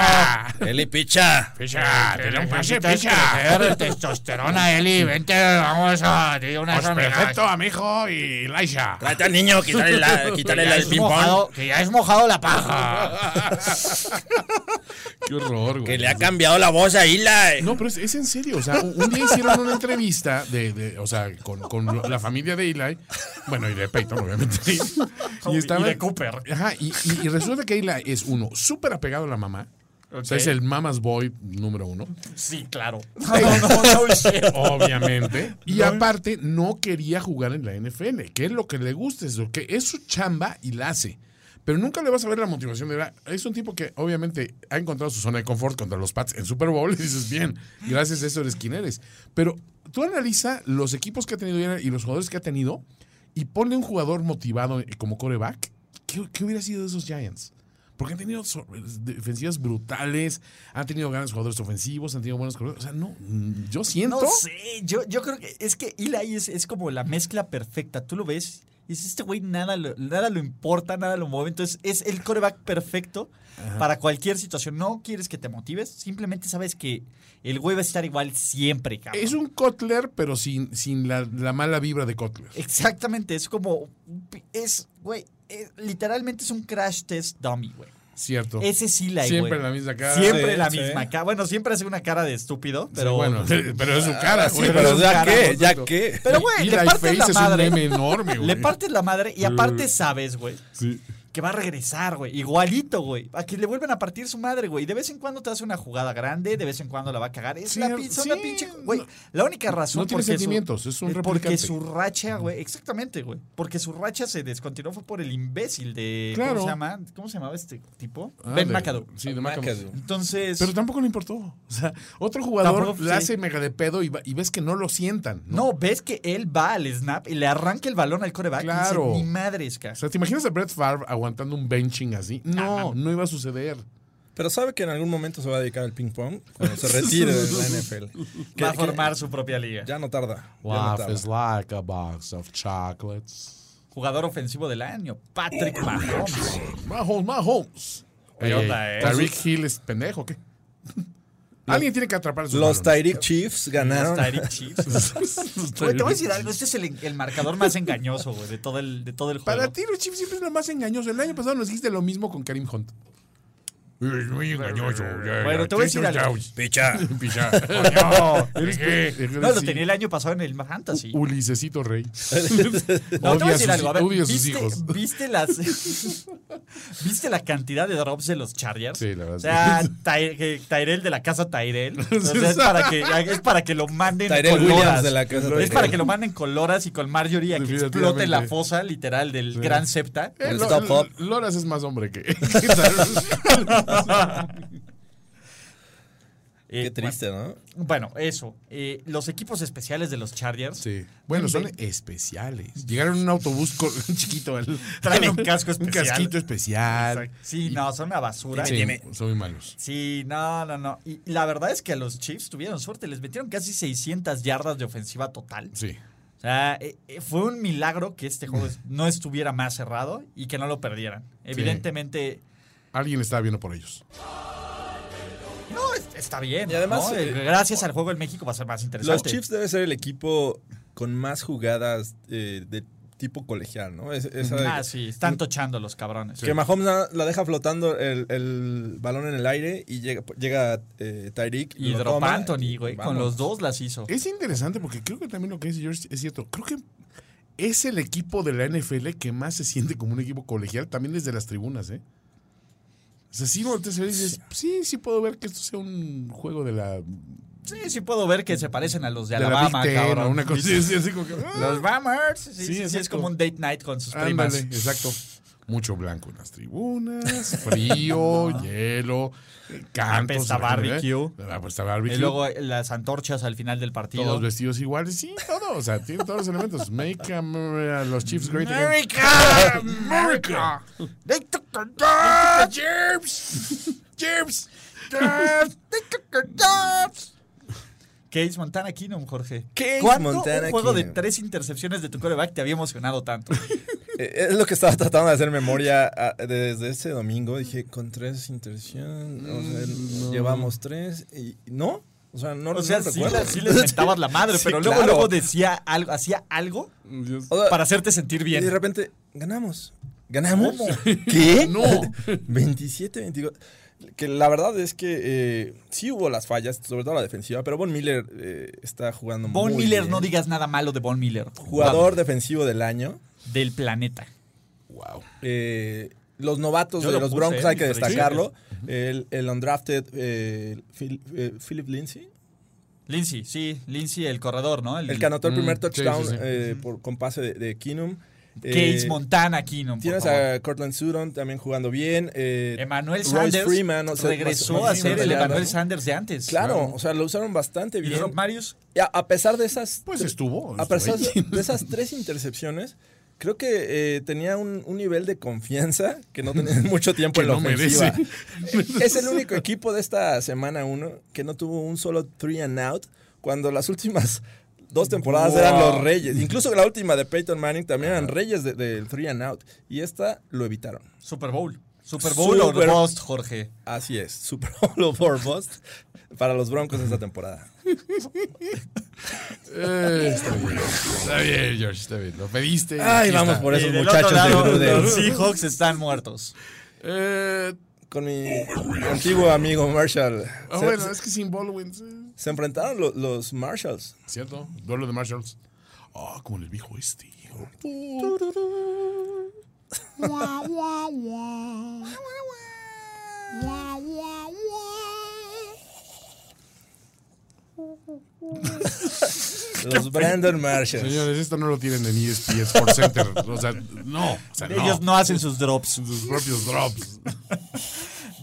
C: Eli Picha.
B: Picha, tiene Ah, un pase, picha.
F: crecer testosterona, Eli. Vente, vamos a. Te digo unas
B: Pues
F: amigas.
B: perfecto a mi hijo y Laisha.
C: Trata al niño, quitarle la, quitarle
F: Ya es mojado, que ya es mojado la paja.
B: Qué horror, güey.
C: cambiado la voz a Ila.
B: No, pero es, es en serio. O sea, un un día hicieron una entrevista de, de- o sea, con, con lo- la familia de Eli. Bueno, y de Peyton, obviamente.
A: Y de Cooper.
B: Ajá, y, y- y resulta que Eli es uno, súper apegado a la mamá. O sea,
A: Ok.
B: es el mamas boy número uno.
A: Sí, claro. No, no, no, shit.
B: Obviamente. Y aparte, no quería jugar en la NFL, que es lo que le gusta, es lo que es su chamba y la hace. Pero nunca le vas a ver la motivación de la- Es un tipo que obviamente ha encontrado su zona de confort contra los Pats en Super Bowl y dices, bien, gracias a eso eres quien eres. Pero tú analiza los equipos que ha tenido y los jugadores que ha tenido y ponle un jugador motivado eh, como coreback. ¿Qué, qué hubiera sido de esos Giants? Porque han tenido so- defensivas brutales, han tenido grandes jugadores ofensivos, han tenido buenos corredores. O sea, no, mm, yo siento.
A: No sé, yo, yo creo que es que Eli es, es como la mezcla perfecta. Tú lo ves, y dices, este güey nada lo, nada lo importa, nada lo mueve. Entonces es el coreback perfecto para cualquier situación. No quieres que te motives, simplemente sabes que el güey va a estar igual siempre, cabrón.
B: Es un Kotler, pero sin, sin la, la mala vibra de Kotler.
A: Exactamente, es como. Es, güey, es- literalmente es un crash test dummy, güey.
B: Cierto.
A: Ese es Eli, güey.
B: Siempre la misma cara.
A: Siempre
C: Sí,
A: la
C: sí.
A: misma cara. Bueno, siempre hace una cara de estúpido,
B: pero
A: pero.
B: bueno, pero es su cara,
A: sí,
B: güey.
C: Ah, Pero ya qué, ya
B: Exacto.
C: qué.
A: Pero, güey,
B: Y
A: le
B: Eli
A: partes
B: Face
A: la
B: es un
A: madre.
B: meme enorme, güey.
A: Le partes la madre y aparte sabes, güey,
B: Sí.
A: que va a regresar, güey. Igualito, güey. A que le vuelven a partir su madre, güey. De vez en cuando te hace una jugada grande, de vez en cuando la va a cagar. Es
B: Sí,
A: la pin- son
B: sí,
A: la pinche. Güey,
B: no-
A: la única razón.
B: no tiene
A: por qué su- eh,
B: sentimientos, es un
A: Porque
B: replicante.
A: su racha, güey. Exactamente, güey. Porque su racha se descontinuó fue por el imbécil de.
B: Claro.
A: ¿Cómo se llama? ¿Cómo se llamaba este tipo?
B: Ah,
A: ben
B: de-
A: McAdoo.
B: Sí, de McAdoo.
C: McAdoo.
A: Entonces.
B: Pero tampoco le importó. O sea, otro jugador
A: Tampoco,
B: le
A: sí.
B: hace mega de pedo y, va- y ves que no lo sientan. ¿no?
A: No, ves que él va al snap y le arranca el balón al coreback.
B: Claro.
A: Y dice, Ni madres,
B: O
A: cara.
B: sea, ¿te imaginas a Brett Favre aguantando un benching así?
A: Ah,
B: No, no iba a suceder.
C: Pero sabe que en algún momento se va a dedicar al ping pong cuando se retire de la NFL. Que-
A: Va a
C: que
A: formar su propia liga.
C: Ya no tarda. ya no
A: pues,
C: tarda.
B: like a box of chocolates.
A: Jugador ofensivo del año, Patrick Mahomes.
B: Mahomes, Mahomes.
A: Oye, onda, eh.
B: Tyreek Hill es pendejo, ¿o ¿qué? Alguien tiene que atrapar esos
C: Los
B: balones.
C: Tyreek Chiefs
A: Los
C: ganaron.
A: Tyreek Chiefs.
B: Los
A: Güey, te voy
B: Tyreek
A: a decir algo, este es el, el marcador más engañosos, güey, de todo el, de todo el juego.
B: Para ti los Chiefs siempre es lo más engañoso. El año pasado nos dijiste lo mismo con Karim Hunt. Es muy engañoso.
A: Bueno, te voy a decir algo.
C: Picha.
B: Picha.
A: No, lo tenía el año pasado en el Fantasy.
B: Ulisesito Rey. Eh,
A: No, te
B: Odia
A: voy a decir
B: sus-
A: algo. A ver,
B: odia a sus
A: ¿viste,
B: hijos.
A: viste las. ¿Viste la cantidad de drops de los Chargers?
B: Sí, la verdad
A: O sea, Ty- que Tyrell de la casa Tyrell. O sea, es para que, es para que lo manden
C: Tyrell
A: coloras.
C: Williams de la
A: Es
C: casa Tyrell.
A: para que lo manden coloras y con Marjorie a que explote la fosa literal del gran septa.
B: Eh,
C: El
B: Lo-
C: Stop Hop.
B: Loras es más hombre que. que-
A: Eh,
C: Qué triste, ¿no?
A: Bueno, eso. Eh, los equipos especiales de los Chargers
B: sí. Bueno, son especiales. Llegaron en un autobús cor- chiquito. al-
A: traen un casco
B: un
A: especial.
B: casquito especial.
A: Sí, no, son una basura.
B: Sí, son muy malos.
A: Sí, no, no, no. Y la verdad es que a los Chiefs tuvieron suerte. Les metieron casi 600 yardas de ofensiva total.
B: Sí.
A: O sea, eh, eh, fue un milagro que este juego es- no estuviera más cerrado y que no lo perdieran. Evidentemente,
B: Alguien estaba viendo por ellos.
A: no, es- está bien.
C: Y además,
A: ¿no?
C: eh,
A: gracias al juego en México va a ser más
C: Los
A: interesante.
C: Chiefs debe ser el equipo con más jugadas eh, de tipo colegial, ¿no? Es- esa-
B: eh,
A: Ah, sí, están tochando los cabrones.
C: Que Mahomes la, la deja flotando el, el balón en el aire y llega, llega eh, Tyreek.
A: Y
C: lo
A: Drop
C: toma
A: Anthony,
C: y
A: güey, con
C: vamos.
A: los dos las hizo.
B: Es interesante porque creo que también lo que dice George es cierto. Creo que es el equipo de la NFL que más se siente como un equipo colegial, también desde las tribunas, ¿eh? O sea, sí, volteas a ver y dices, sí, sí puedo ver que esto sea un juego de la,
A: Sí, sí puedo ver que se parecen a los de,
B: de la
A: Alabama,
B: Big Ten
A: cabrón.
B: o una cosa
A: Dices,
B: así, así como que, "Ah".
A: Los Bammers. Sí,
B: Sí,
A: sí, sí, es
B: exacto.
A: como un date night con sus primas.
B: Ándale, exacto. Mucho blanco en las tribunas, frío, hielo, eh, cantos.
A: Apesta barbecue.
B: ¿eh? Apesta barbecue.
A: Y luego eh, las antorchas al final del partido.
B: todos vestidos iguales. Sí, todo. O sea, tiene todos los elementos. Make America, los Chiefs great again.
A: ¡América!
B: America.
A: They took the
B: Ah,
A: dubs,
B: Chiefs. Chiefs.
A: dubs, they took the dubs. Case Montana Keenum, Jorge.
C: Case
A: ¿Cuándo
C: Montana
A: un juego de
C: Keenum.
A: tres intercepciones de tu coreback te había emocionado tanto?
C: Eh, Es lo que estaba tratando de hacer memoria ah, desde ese domingo. Dije, con tres intercepciones, o sea, llevamos tres y no. O sea, no,
A: O sea,
C: no
A: sí,
C: recuerdo.
A: la- sí les mentabas la madre,
C: Sí,
A: pero luego,
C: claro.
A: luego decía algo, hacía algo
C: O sea,
A: para hacerte sentir
C: Y de
A: bien.
C: repente, ganamos. ¿Ganamos? ¿Qué?
B: No.
C: 27, 22. Que la verdad es que eh, sí hubo las fallas, sobre todo la defensiva, pero Von Miller eh, está jugando
A: Von
C: muy
A: Miller,
C: bien.
A: no digas nada malo de Von Miller.
C: Jugador defensivo del año.
A: del planeta.
B: Wow.
C: Eh, los novatos
A: Yo
C: de
A: lo
C: los
A: puse,
C: Broncos
A: ¿eh?
C: hay que
A: Mis
C: destacarlo. El, el undrafted eh, Phil- eh, Philip Lindsay,
A: Lindsay, sí, Lindsay, el corredor, ¿no?
C: el que anotó el primer
B: Mm, sí,
C: touchdown
B: sí, sí.
C: eh, por, con pase de, de Keenum.
A: Case
C: Eh,
A: Montana Keenum. por
C: Tienes
A: favor.
C: a Cortland Sutton también jugando bien. eh,
A: Emanuel
C: Royce
A: Sanders
C: Freeman, o sea,
A: regresó
C: más-
A: a ser el
C: más-
A: Emanuel Sanders de antes.
C: Claro, o sea, lo usaron bastante
A: ¿Y
C: bien.
A: Rob Marius?
C: Y a, a pesar de esas.
B: Pues estuvo.
C: A pesar
B: estuvo
C: de,
B: ahí.
C: de esas tres intercepciones, creo que eh, tenía un, un nivel de confianza que no tenía mucho tiempo
B: Que
C: en la
B: no
C: ofensiva.
B: merece.
C: Es el único equipo de esta semana uno que no tuvo un solo three and out cuando las últimas dos temporadas
A: Wow.
C: eran los reyes. Incluso la última de Peyton Manning también eran reyes de- del three and out. Y esta lo evitaron.
A: Super Bowl. Super Bowl
C: Super-
A: o Bust, Jorge.
C: Así es, Super Bowl of Bust para los Broncos esta temporada.
B: Eh, está bien. Está bien, George, está bien. Lo pediste.
C: Ay,
B: aquí
C: vamos
B: está.
C: por esos
A: Y del
C: muchachos
A: otro lado,
C: de Gruden.
A: los Seahawks están muertos.
B: Eh,
C: Con mi antiguo amigo Marshall.
B: ah,
C: se,
B: bueno,
C: se-
B: es que sin Baldwin. sí.
C: se enfrentaron lo- los Marshalls.
B: ¿Cierto?
C: Pues-
B: Duelo de Marshalls. Ah, como en el viejo este.
C: Los Brandon Marshalls.
B: Señores, esto no lo tienen en E ESPN Sports Center. O sea, no. O sea, no.
A: Ellos no hacen sus drops.
B: Sus propios drops.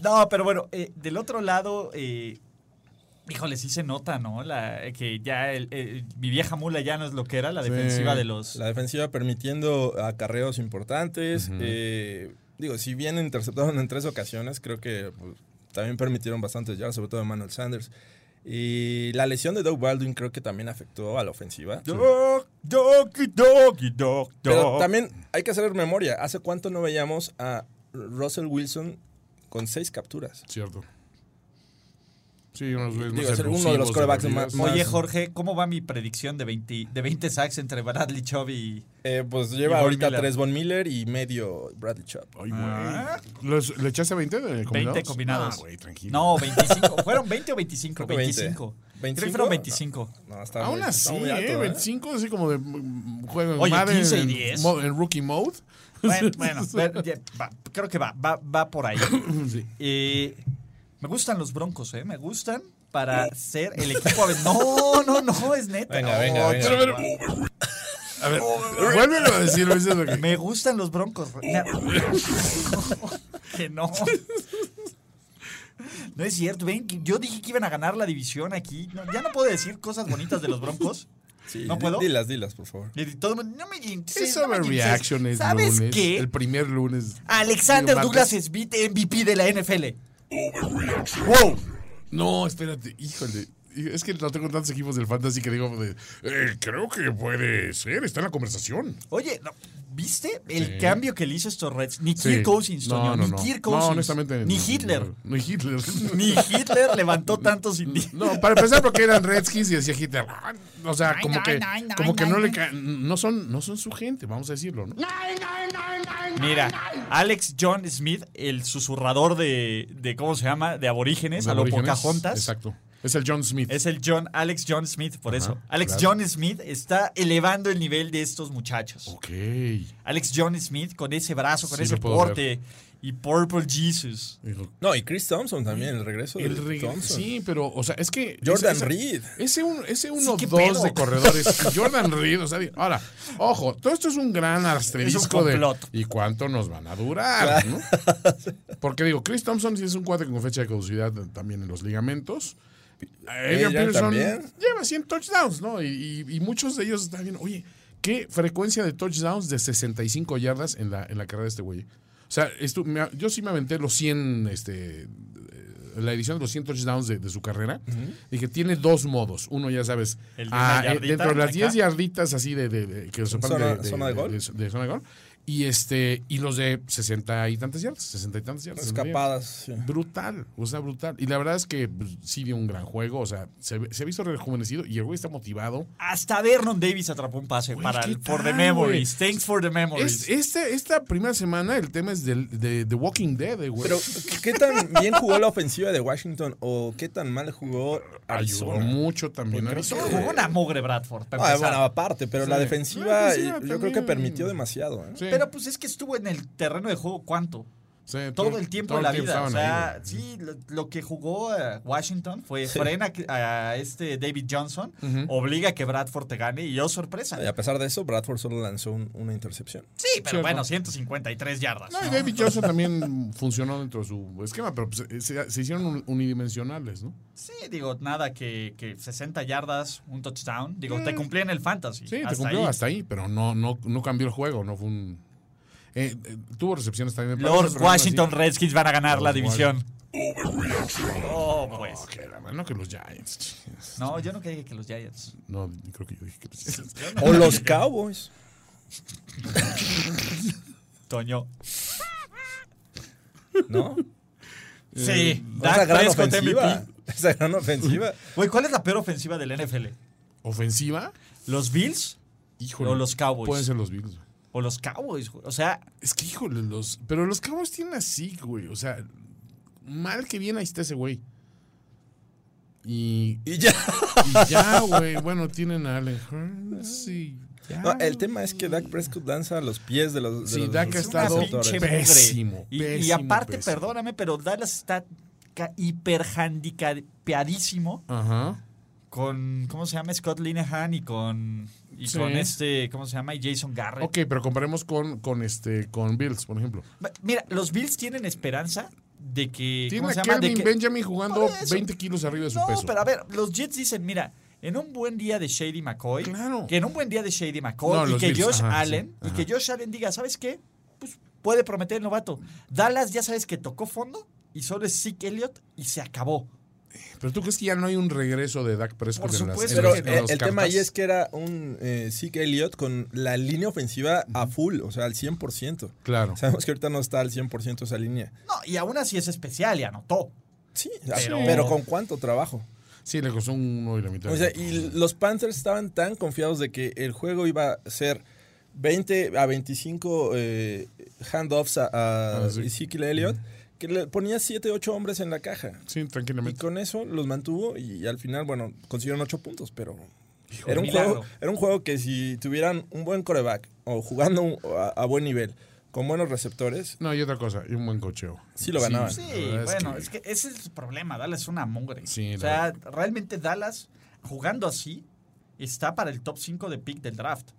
A: No, pero bueno, eh, del otro lado, eh, híjole, sí se nota, ¿no? La, eh, que ya el- el- mi vieja mula ya no es lo que era, la defensiva de los...
C: La defensiva permitiendo acarreos importantes. eh, digo, si bien interceptaron en tres ocasiones, creo que pues, también permitieron bastantes yardas, sobre todo de Manuel Sanders. Y la lesión de Doug Baldwin creo que también afectó a la ofensiva.
A: Dog, doggy, doggy, dog,
C: Pero
A: dog.
C: también hay que hacer memoria. ¿Hace cuánto no veíamos a Russell Wilson con seis capturas?
B: Cierto. Sí, unos güeyes
C: Digo,
B: más
C: es uno de los
B: elusivos,
C: quarterbacks
B: deportivos.
C: más-
A: Oye, Jorge, ¿cómo va mi predicción de 20, de 20 sacks entre Bradley Chubb y...
C: Eh, pues lleva
A: Von
C: ahorita
A: Miller.
C: tres Von Miller y medio Bradley Chubb.
B: Ay, güey. ¿Los- ¿Le echaste 20 de ¿Eh? combinados?
A: 20 combinados.
B: Ah, güey, tranquilo.
A: No, 25. ¿Fueron 20 o 25?
C: Creo que 20.
A: 25. Creo que
C: 25,
A: fueron
C: ¿no?
A: 25.
C: No, está
B: Aún
C: muy-
B: así,
C: está muy
B: eh,
C: alto, ¿eh?
B: 25, así como de mm, juego en
A: Oye,
B: Madden
A: 15 y
B: en
A: 10.
B: mo- en rookie mode.
A: Bueno, bueno, pero ya va, creo que va, va, va por ahí. Eh, me gustan los broncos, ¿eh? Me gustan para ser el equipo... aven- No, no, no, es neta.
C: Venga,
A: No,
C: venga, venga.
B: Pero, pero- a ver, vuélvelo a decir, Luis, es lo que-
A: Me gustan los broncos. Na- que no. No es cierto, ven, que yo dije que iban a ganar la división aquí. No, ya no puedo decir cosas bonitas de los broncos.
C: Sí,
A: ¿No
C: di-
A: puedo?
C: Dilas, dilas, por favor.
A: Y todo el mundo, no me jinxes,
B: Es
A: no me
B: overreaction
A: jinxes.
B: es
A: ¿Sabes
B: lunes.
A: qué?
B: El primer lunes.
A: Alexander
B: Martes.
A: Douglas Smith, MVP de la NFL.
B: ¡Wow! No, espérate, híjole. Es que no tengo tantos equipos del fantasy que digo, de, eh, creo que puede ser, está en la conversación.
A: Oye, no, ¿viste el
B: Sí.
A: cambio que le hizo a estos Reds? Ni
B: Sí.
A: Kirk Cousins,
B: No,
A: Toño,
B: no,
A: ni
B: no.
A: Kirk Cousins.
B: No, honestamente.
A: Ni
B: no,
A: Hitler.
B: no, Ni Hitler.
A: Ni Hitler levantó tantos indi-
B: No, para empezar porque eran Redskins y decía Hitler. "Ah", O sea, como que, como que no le ca- no son, no son su gente, vamos a decirlo, ¿no?
A: Mira, Alex John Smith, el susurrador de, de ¿cómo se llama? De aborígenes,
B: De
A: a lo
B: aborígenes,
A: Pocahontas.
B: Exacto. Es el John Smith.
A: Es el John, Alex John Smith, por eso. Alex
B: claro.
A: John Smith está elevando el nivel de estos muchachos.
B: Ok.
A: Alex John Smith con ese brazo, con
B: Sí,
A: ese
B: lo puedo
A: porte y Purple Jesus.
B: Dijo,
C: No, y Chris Thompson también, el regreso
B: El
C: de
B: reg-
C: Thompson.
B: Sí, pero, o sea, es que.
C: Jordan
B: ese- ese-
C: Reed.
B: Ese, un- ese uno,
A: Sí, qué
B: dos
A: pedo.
B: de corredores. Jordan Reed, o sea, di- ahora, ojo, todo esto es un gran asterisco de.
A: complot.
B: ¿Y cuánto nos van a durar? ¿no? Porque digo, Chris Thompson sí es un cuate con fecha de caducidad también en los ligamentos. Adrian
C: Adrian
B: Peterson
C: Eh, también.
B: lleva 100 touchdowns, ¿no? Y, y- y muchos de ellos están bien. Oye, ¿qué frecuencia de touchdowns de 65 yardas en la, en la carrera de este güey? O sea, estu- me a- yo sí me aventé los 100, este, eh, la edición de los 100 touchdowns de, de su carrera. Dije, tiene dos modos. Uno, ya sabes,
A: El de una
B: ah, eh,
A: yardita,
B: dentro de las
A: acá.
B: 10 yarditas así de, de- de- que lo separan
C: Zona-
B: de, de-
C: zona de gol.
B: de zona de gol. Y, este, y los de 60 y tantas yardas, 60 y tantas yardas. 60 y tantas.
C: Escapadas. sí.
B: Brutal, o sea, brutal. Y la verdad es que pues, sí dio un gran juego, o sea, se, ve- se ha visto rejuvenecido y el güey está motivado.
A: Hasta Vernon Davis atrapó un pase
B: Güey,
A: para
B: ¿qué
A: el- for the
B: tal,
A: memories.
B: güey?
A: Thanks for the memories.
B: Es, este- esta primera semana el tema es del- de, de Walking Dead, eh, güey.
C: Pero, ¿qué tan bien jugó la ofensiva de Washington o qué tan mal jugó
B: ayudó
C: Arizona?
B: mucho también. Arizona.
A: Jugó una mogre Bradford. para
C: Ah,
A: empezar.
C: bueno, aparte, pero la
B: Sí. La
C: defensiva eh,
B: defensiva
C: yo creo que
B: también.
C: permitió demasiado. ¿eh?
B: Sí,
A: Pero pues es que estuvo en el terreno de juego cuánto?
B: sí,
A: Todo el tiempo
B: todo
A: de la
B: tiempo
A: vida. O
B: estaban
A: sea,
B: ahí, güey.
A: sí, lo, lo que jugó eh, Washington fue frena a este David Johnson, obliga a que Bradford te gane y yo sorpresa.
C: Y a pesar de eso, Bradford solo lanzó un- una intercepción.
A: Sí, pero
B: Cierto.
A: bueno, 153 yardas.
B: No, y David Johnson también funcionó dentro de su esquema, pero pues, eh, se, se hicieron un- unidimensionales, ¿no?
A: Sí, digo, nada que, que 60 yardas, un touchdown. Digo, te cumplí en el fantasy.
B: Sí,
A: hasta
B: te cumplió
A: ahí.
B: hasta ahí, pero no, no, no cambió el juego, no fue un... eh, eh, tuvo recepciones también. me parece,
A: Los
B: pero aún así-
A: Washington Redskins van a ganar
B: Los
A: la división. Oh,
B: No,
A: pues.
B: que la verdad, no que los Giants.
A: No, yo no quería que los Giants.
B: No, creo que yo dije que los Giants.
C: O los Cowboys.
A: Toño.
C: ¿No?
A: Sí,
C: Eh, Esa
A: Dak
C: gran
A: Prescott
C: ofensiva.
A: MVP.
C: Esa gran ofensiva.
A: Güey, ¿cuál es la peor ofensiva del NFL?
B: ¿Ofensiva?
A: ¿Los Bills
B: Híjole.
A: O los Cowboys.
B: Pueden ser los Bills. güey.
A: o los Cowboys? güey? O sea,
B: Es que, híjole, los. Pero los Cowboys tienen así, güey. O sea, mal que bien ahí está ese güey. Y,
C: Y ya.
B: y ya, güey. Bueno, tienen a Allen Hurns y ya.
C: No, Ah, el tema es que Dak Prescott danza a los pies de los. de
B: Sí,
C: los
B: Dak ha
A: Una
B: estado
C: receptores.
A: pinche mugre.
B: pésimo,
A: Y, y
B: pésimo,
A: aparte,
B: pésimo.
A: perdóname, pero Dallas está ca- hiperhandicapeadísimo
B: Ajá.
A: con, ¿cómo se llama? Scott Linehan y con, y
B: Sí.
A: con este, ¿cómo se llama? Y Jason Garrett.
B: Ok, pero comparemos con, con, este, con Bills, por ejemplo.
A: Ma- Mira, los Bills tienen esperanza de que... ¿cómo
B: Tiene
A: se
B: a
A: llama? De
B: Kelvin
A: que-
B: Benjamin jugando
A: Por eso.
B: 20 kilos arriba de su
A: no,
B: peso.
A: pero a ver, los Jets dicen, mira, en un buen día de Shady McCoy,
B: Claro.
A: que en un buen día de Shady McCoy
B: No,
A: y
B: los
A: que
B: Bills,
A: Josh
B: ajá,
A: Allen,
B: sí,
A: y que Josh Allen diga, ¿sabes qué? Pues puede prometer el novato. Dallas ya sabes que tocó fondo y solo es Zeke Elliott y se acabó.
B: Pero tú crees que ya no hay un regreso de Dak Prescott
A: Por
B: en las,
A: supuesto
B: en
C: Pero
B: las- en
C: eh,
B: las
C: el tema
B: cartas?
C: ahí es que era un eh, Zeke Elliott con la línea ofensiva a full, o sea, al 100%.
B: Claro.
C: Sabemos que ahorita no está al 100% esa línea.
A: No, y aún así es especial y anotó.
C: Sí,
A: Pero-
C: pero, con cuánto trabajo.
B: Sí, le costó uno y la mitad.
C: O sea, y los Panthers estaban tan confiados de que el juego iba a ser 20 a 25 eh, handoffs a, a
B: Ah, sí.
C: Ezekiel Elliott, que le ponía 7, 8 hombres en la caja.
B: Sí,
C: Y
B: tranquilamente.
C: con eso los mantuvo y al final, bueno, consiguieron 8 puntos, pero...
A: Híjole,
C: Era un,
A: milagro.
C: juego, era un juego que si tuvieran un buen coreback o jugando un- a, a buen nivel, con buenos receptores,
B: No, y otra cosa, y un buen cocheo.
C: Sí lo ganaban.
A: Sí,
B: la verdad es
A: bueno,
B: que-
A: es que ese es su problema. Dallas es una mugre.
B: Sí,
A: o sea, realmente Dallas, jugando así, está para el top 5 de pick del draft.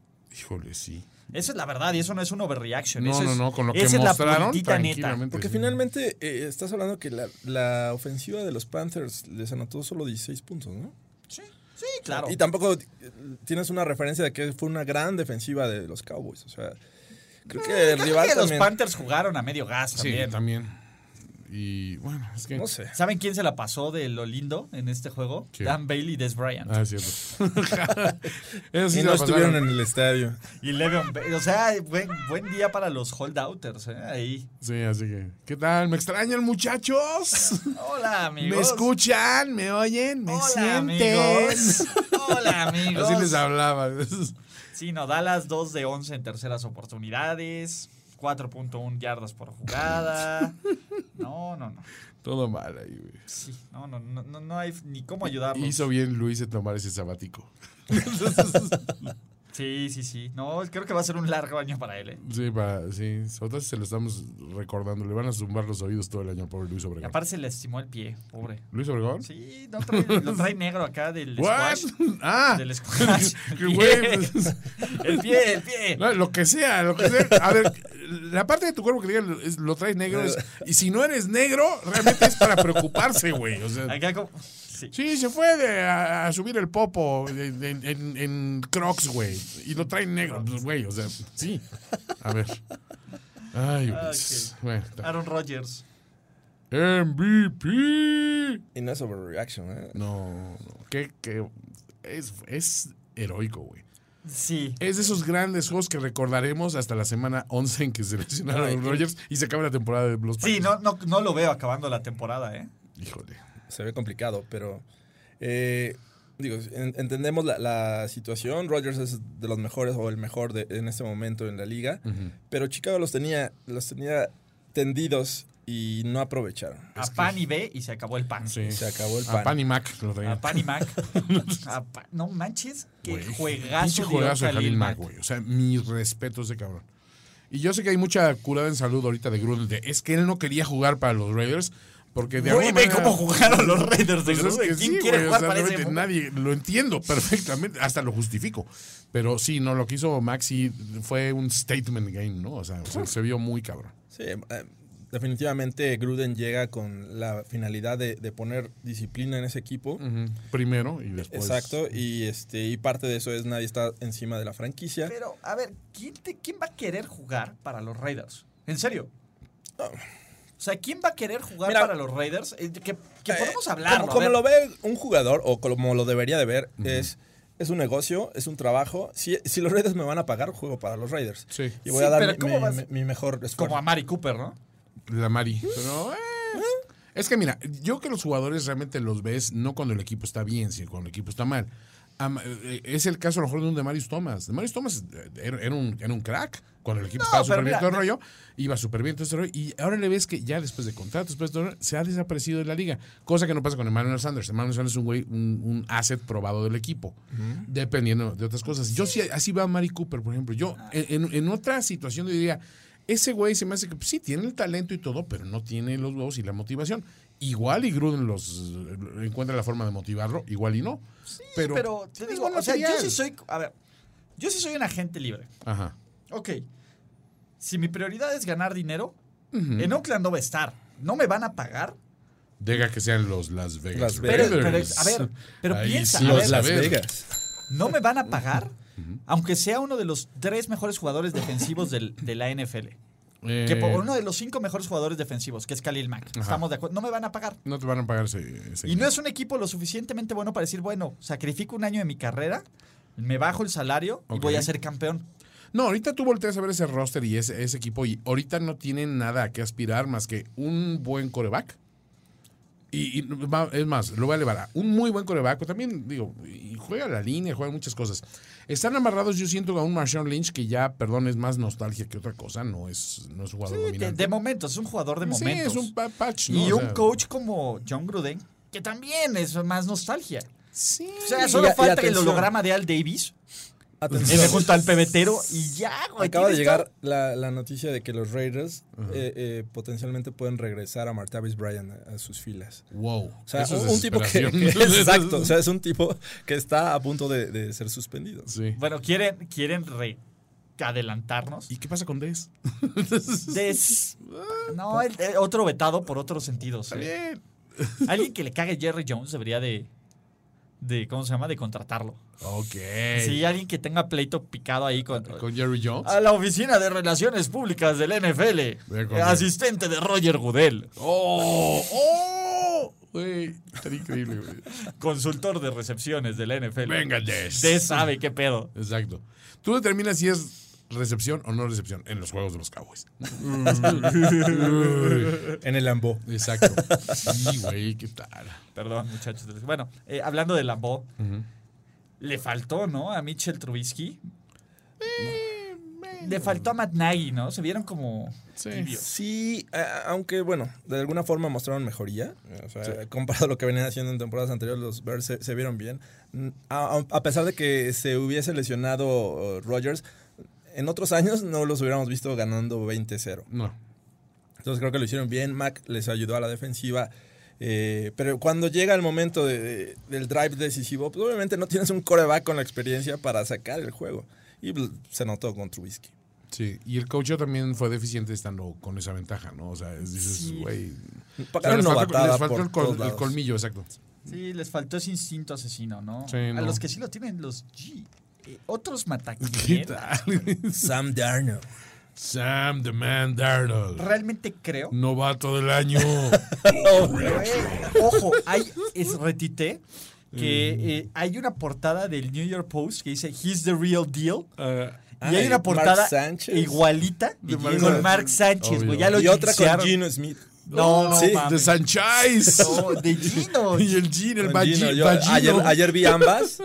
B: Híjole, sí.
A: Esa es la verdad y eso no es una overreaction.
B: No,
A: eso
B: no,
A: es-
B: no, con lo que
A: esa es la
B: mostraron,
A: puritita neta.
B: tranquilamente.
C: porque
B: Pues sí.
C: finalmente eh, estás hablando que la, la ofensiva de los Panthers les anotó solo 16 puntos, ¿no?
A: Sí, sí, claro.
C: Y tampoco eh, tienes una referencia de que fue una gran defensiva de los Cowboys. O sea, creo que el
A: Creo
C: rival
A: que los
C: también-
A: Panthers jugaron a medio gas
B: Sí,
A: también.
B: también. Y bueno, es que.
C: No sé.
A: ¿Saben quién se la pasó de lo lindo en este juego?
B: ¿Quién?
A: Dan Bailey y Des Bryant.
B: Ah, es cierto. Eso sí
C: Y
B: se
C: no
B: la
C: estuvieron
B: pasaron.
C: en el estadio.
A: Y Le'Veon Bell. O sea, buen, buen día para los holdouters. ¿eh? Ahí.
B: Sí, así que. ¿Qué tal? ¿Me extrañan, muchachos?
A: Hola, amigos.
B: ¿Me escuchan? ¿Me oyen? ¿Me
A: Hola,
B: sienten?
A: amigos. Hola, amigos.
B: Así les hablaba.
A: Sí, no, Dallas 2 de 11 en terceras oportunidades. 4.1 yardas por jugada. No, no, no.
B: Todo mal ahí, güey.
A: Sí, no, no, no, no, no hay ni cómo ayudarlos.
B: Hizo bien Luis de tomar ese sabático.
A: Sí, sí, sí. No, creo que va a ser un largo año para él. ¿eh?
B: Sí, para, sí. Nosotros se lo estamos recordando. Le van a zumbar los oídos todo el año, pobre Luis
A: Y
B: Obregón.
A: aparte se le estimó el pie, pobre.
B: ¿Luis Obregón?
A: Sí, no trae- lo trae negro acá del
B: ¿What?
A: squash.
B: Ah.
A: Del squash.
B: Que
A: El
B: güey,
A: pie,
B: pues,
A: el pie. el pie.
B: no, lo que sea, lo que sea. A ver, la parte de tu cuerpo que diga es- lo traes negro es- y si no eres negro, realmente es para preocuparse, güey. O sea,
A: Acá como... Sí.
B: sí, se fue de- a, a subir el popo de- de- en, en- en Crocs, güey. Y lo traen negro, pues, güey. O sea, sí. A ver. Ay, güey. pues,
A: Ok.
B: Bueno, está.
A: Aaron Rodgers.
B: MVP.
C: Y no es overreaction, ¿eh?
B: No, no. Qué, qué- es, es heroico, güey.
A: Sí.
B: Es de esos grandes juegos que recordaremos hasta la semana 11 en que se lesionaron a los Rodgers y se acaba la temporada de los
A: Sí,
B: Packers.
A: no, no, no lo veo acabando la temporada, ¿eh?
B: Híjole.
C: se ve complicado, pero eh, digo, en- entendemos la, la situación. Rodgers es de los mejores o el mejor de- en este momento en la liga, pero Chicago los tenía, los tenía tendidos y no aprovecharon.
A: A pan y B y se acabó el pan.
B: Sí.
C: Se acabó el
B: A
C: pan.
B: Pan y Mac lo
A: A
B: traían.
A: pan y Mac. A pa- no manches, qué
B: Güey,
A: juegazo,
B: pinche
A: dio
B: juegazo de
A: Khalil
B: Khalil Mack,
A: Mack.
B: güey. O sea, mis respetos de cabrón. Y yo sé que hay mucha curada en salud ahorita de Gruden. de, es que él no quería jugar para los Raiders porque de
A: Güey,
B: alguna
A: ve
B: manera-
A: cómo jugaron los Raiders de
B: Pues es
A: Gruden.
B: que
A: ¿Quién
B: sí,
A: quiere
B: güey, o
A: jugar
B: sea,
A: para ese
B: realmente
A: mundo?
B: Nadie lo entiendo perfectamente, hasta lo justifico. Pero sí, no, lo que hizo Maxi fue un statement game, ¿no? O sea, se, se vio muy cabrón.
C: Sí, eh, definitivamente Gruden llega con la finalidad de, de poner disciplina en ese equipo.
B: Primero y después.
C: Exacto, y este y parte de eso es nadie está encima de la franquicia.
A: Pero, a ver, ¿quién, te- ¿quién va a querer jugar para los Raiders? ¿En serio? O sea, ¿quién va a querer jugar
C: Mira,
A: para los Raiders? Eh, Que, que podemos
C: Eh,
A: hablarlo.
C: Como,
A: a
C: como
A: ver.
C: lo ve un jugador o como lo debería de ver, es, es un negocio, es un trabajo. Si, si los Raiders me van a pagar, juego para los Raiders.
B: Sí.
C: Y voy
A: Sí,
C: a dar
A: pero
C: mi,
A: ¿cómo
C: mi-
A: vas?
C: mi- mi mejor
A: Como a
C: esfuerzo.
A: Mari Cooper, ¿no?
B: La Mari. Pero, eh, es que mira, yo que los jugadores realmente los ves no cuando el equipo está bien, sino cuando el equipo está mal. am- eh, es el caso a lo mejor de un de Marius Thomas. De Marius Thomas eh, era, era un, era un crack. Cuando el equipo estaba
A: pero
B: súper bien
A: mira,
B: todo el rollo, iba súper bien todo ese rollo. Y ahora le ves que ya después de contratos, después de todo el rollo, se ha desaparecido de la liga. Cosa que no pasa con Emmanuel Sanders. Emmanuel Sanders es un güey, un, un asset probado del equipo. Dependiendo de otras cosas. Yo sí, así va Mari Cooper, por ejemplo. Yo,
A: Ah.
B: en, en- en otra situación, yo diría, ese güey se me hace que pues, sí tiene el talento y todo, pero no tiene los huevos y la motivación. Igual y Gruden los eh, encuentra la forma de motivarlo, igual y no.
A: Pero, te
B: tienes
A: digo,
B: buen
A: o sea, yo
B: material.
A: sí soy. A ver, yo sí soy un agente libre.
B: Ajá.
A: Ok. Si mi prioridad es ganar dinero, en Oakland no va a estar. No me van a pagar.
B: Deja que sean los Las Vegas.
C: Las
A: Pero,
C: Vegas.
B: Raiders.
A: pero, a ver, pero
B: Ahí
A: piensa.
B: sí
A: a
B: los
A: ver,
B: la-
C: Las
B: ver.
C: Vegas.
A: no me van a pagar, aunque sea uno de los tres mejores jugadores defensivos del- de la NFL.
B: Eh,
A: Que por uno de los cinco mejores jugadores defensivos, que es Khalil Mack.
B: Ajá.
A: Estamos de acuerdo. No me van a pagar.
B: No te van a pagar ese. ese-
A: Y no es un equipo lo suficientemente bueno para decir, bueno, sacrifico un año de mi carrera, me bajo el salario y
B: Ok.
A: voy a ser campeón.
B: No, ahorita tú volteas a ver ese roster y ese, ese equipo y ahorita no tienen nada a que aspirar más que un buen coreback. Y, y va- es más, lo voy a elevar a un muy buen coreback. pero También, digo, y juega la línea, juega muchas cosas. Están amarrados, yo siento, a un Marshawn Lynch que ya, perdón, es más nostalgia que otra cosa. No es, no es un jugador
A: De,
B: dominante.
A: de momentos, es un jugador de
B: Sí,
A: momentos.
B: es un pa- patch. ¿no?
A: y
B: O
A: un
B: sea,
A: coach como John Gruden, que también es más nostalgia.
B: Sí.
A: O sea,
C: Y-
A: solo
C: y
A: falta el
C: atención.
A: holograma de Al Davis,
C: Atención.
A: él junto al pebetero y ya, güey.
C: Acaba de
A: tienes
C: llegar la, la noticia de que los Raiders eh, eh, potencialmente pueden regresar a Martavis Bryant a, a sus filas.
B: Wow.
C: O sea,
B: eso es
C: un, un tipo que, que-
B: desesperación.
C: exacto, o sea, es un tipo que está a punto de, de ser suspendido.
B: Sí.
A: todo- Bueno, quieren, quieren re- adelantarnos.
B: ¿Y qué pasa con Dez?
A: Des- No, el- eh, otro vetado por otros sentidos. eh.
B: Ah, pues. Bien.
A: Alguien que le cague a Jerry Jones debería de, de ¿cómo se llama? De contratarlo.
B: Ok.
A: Sí, alguien que tenga pleito picado ahí con...
B: Ah, Con Jerry Jones.
A: A la oficina de relaciones públicas del
B: Ve
A: NFL.
B: con-
A: Asistente de Roger Goodell.
B: ¡Oh! ¡Oh! Güey, estaría increíble, güey.
A: Consultor de recepciones del NFL.
B: Venga, Des.
A: Usted sabe qué pedo.
B: Exacto. Tú determinas si es recepción o no recepción en los juegos de los Cowboys.
C: En el Lambo.
B: Exacto. Sí, güey, qué tal.
A: Perdón, muchachos. Bueno, eh, hablando de Lambo, le faltó, ¿no? A Mitchell Trubisky.
B: Eh,
A: Le faltó a Matt Nagy, ¿no? Se vieron como tibios.
C: Sí, a- aunque bueno, de alguna forma mostraron mejoría. O sea, comparado a lo que venían haciendo en temporadas anteriores, los Bears se, se vieron bien. Mm, A, a- a pesar de que se hubiese lesionado Rogers, en otros años no los hubiéramos visto ganando 20-0.
B: No.
C: Entonces creo que lo hicieron bien. Mac les ayudó a la defensiva. eh, pero cuando llega el momento de- de- del drive decisivo, pues obviamente no tienes un coreback con la experiencia para sacar el juego. Y pues, se notó con Trubisky.
B: Sí, y el coacheo también fue deficiente estando con esa ventaja, ¿no? O sea, es- dices,
A: Sí.
B: güey. O sea,
C: Pagaron
B: les faltó-
C: novatada
B: les faltó
C: por
B: el, col-
C: todos
B: el
C: lados.
B: colmillo, exacto.
A: Sí, les faltó ese instinto asesino, ¿no?
B: Sí,
A: A
B: no.
A: los que sí lo tienen, los G. eh, otros
B: ¿Qué
A: mataquines.
B: tal?
C: Sam Darnold.
B: Sam the Man Darnold.
A: Realmente creo.
B: Novato del año.
A: Eh, ojo, hay, es retité que eh, hay una portada del New York Post que dice He's the real deal.
C: ah,
A: y hay
C: y
A: una
C: Mark
A: portada
C: Sánchez.
A: igualita
B: De
A: con
B: Mark
A: Mark,
B: Sánchez.
A: Sánchez, güey.
B: Obvio.
A: Ya lo
C: Y otra con
A: jinxearon.
C: Gino Smith.
A: No, no,
C: Sí,
B: de
A: mames.
B: Sanchais.
A: No, de Gino.
B: Y el Gene, el
C: Con
B: Bagi-
C: Gino. Yo
B: Bagino.
C: ayer, ayer vi ambas.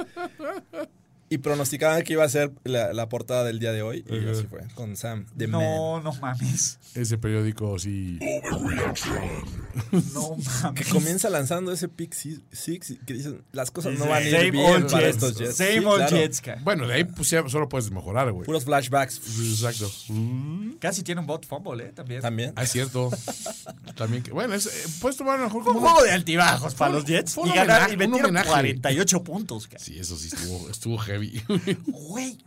C: Y pronosticaban que iba a ser la, la portada del día de hoy. Y
B: Ajá.
C: así fue. Con Sam, The Man.
A: No, no mames.
B: Ese periódico sí.
A: No
C: Que
A: mames.
C: comienza lanzando ese pick six, six, que dicen las cosas no van a
A: Same
C: ir bien
A: old
C: para
A: Jets.
C: estos Jets.
A: Same
C: Sí,
A: old
C: claro.
A: Jets, ca.
B: Bueno, de ahí pues, ya solo puedes mejorar, güey.
C: Puros flashbacks
B: Exacto.
A: Casi tiene un bot fumble, ¿eh? También.
C: también.
B: Ah, es cierto. También que. Bueno, es, eh, puedes tomar a lo mejor
A: Fue un
B: como. una-
A: juego de altibajos para
B: Fue un-
A: los Jets.
B: fue un
A: Y ganar
B: homenaje,
A: y
B: un
A: metieron
B: homenaje.
A: 48 puntos, cara.
B: Sí, eso sí estuvo, estuvo heavy.
A: Güey,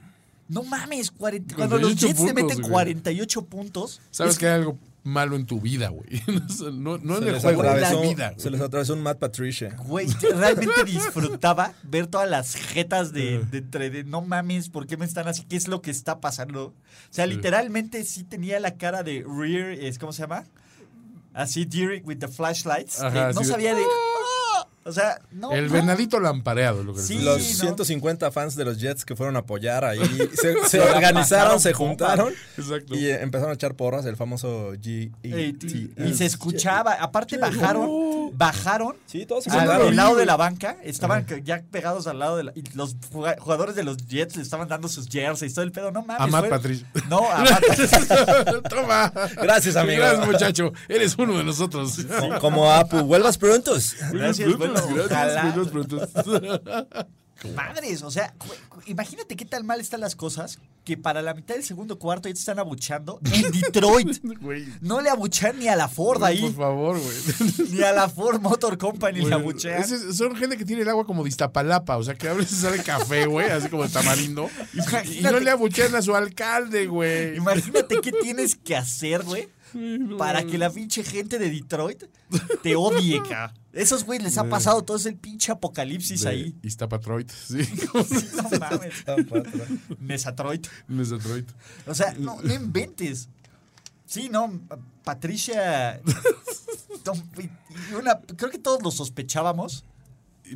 A: no mames. 40, cuando los
B: 48
A: Jets te
B: puntos,
A: meten
B: güey.
A: 48 puntos,
B: Sabes que hay algo malo en tu vida, güey. No, no
C: Se
B: en el
C: les,
B: juego, en la
C: atravesó,
B: vida.
C: se
B: güey.
C: les atravesó un Matt Patricia.
A: güey, yo realmente disfrutaba ver todas las jetas de, de entre de no mames, ¿por qué me están así? ¿Qué es lo que está pasando? O sea, literalmente sí tenía la cara de Rear, es, ¿cómo se llama? Así, Derek with the flashlights. que
B: Ajá,
A: no
B: así de- ¡Ah!
A: sabía de. O sea, no.
B: El
A: no.
B: venadito lampareado, lo que
A: Sí.
B: les-
C: Los
A: ¿no?
C: 150 fans de los Jets que fueron a apoyar ahí se, se
A: la
C: organizaron,
A: pasaron
C: se
A: bomba.
C: juntaron
B: Exacto.
C: y eh, empezaron a echar porras, el famoso G.
A: Ey, Y se escuchaba. Aparte bajaron, bajaron
C: Sí, todos se
A: al,
C: juntaron.
A: al lado de la banca, estaban ca- ya pegados al lado de la, y los juga- jugadores de los Jets le estaban dando sus jerseys, todo el pedo, no mames.
B: A Matt
A: fue-
B: Patricia.
A: No, a Matt Patricia.
B: Toma.
C: Gracias, amigo.
B: Gracias, muchacho. Eres uno de nosotros.
G: Como Apu, vuelvas prontos.
A: Gracias, bueno,
B: Gracias,
A: ojalá.
B: gracias.
A: Madres, o sea, güey, imagínate qué tan mal están las cosas que para la mitad del segundo cuarto ya te están abuchando en Detroit.
B: Güey.
A: No le abuchean ni a la Ford
B: Por
A: ahí,
B: favor, güey.
A: ni a la Ford Motor Company le
B: Güey,
A: abuchean.
B: ese- son gente que tiene el agua como de Iztapalapa, o sea, que a veces sale café, güey, así como de tamarindo. Y no
A: Imagínate.
B: le abuchean a su alcalde, güey.
A: Imagínate qué tienes que hacer, güey,
C: Mm,
A: para que la pinche gente de Detroit te odie, ca. Esos güey les ha pasado todo ese pinche apocalipsis ahí.
B: Iztapatroit, sí.
A: No mames. Mesatroit.
B: Mesatroit.
A: O sea, no, no inventes. Sí, no, Patricia. no, y una, creo que todos lo sospechábamos.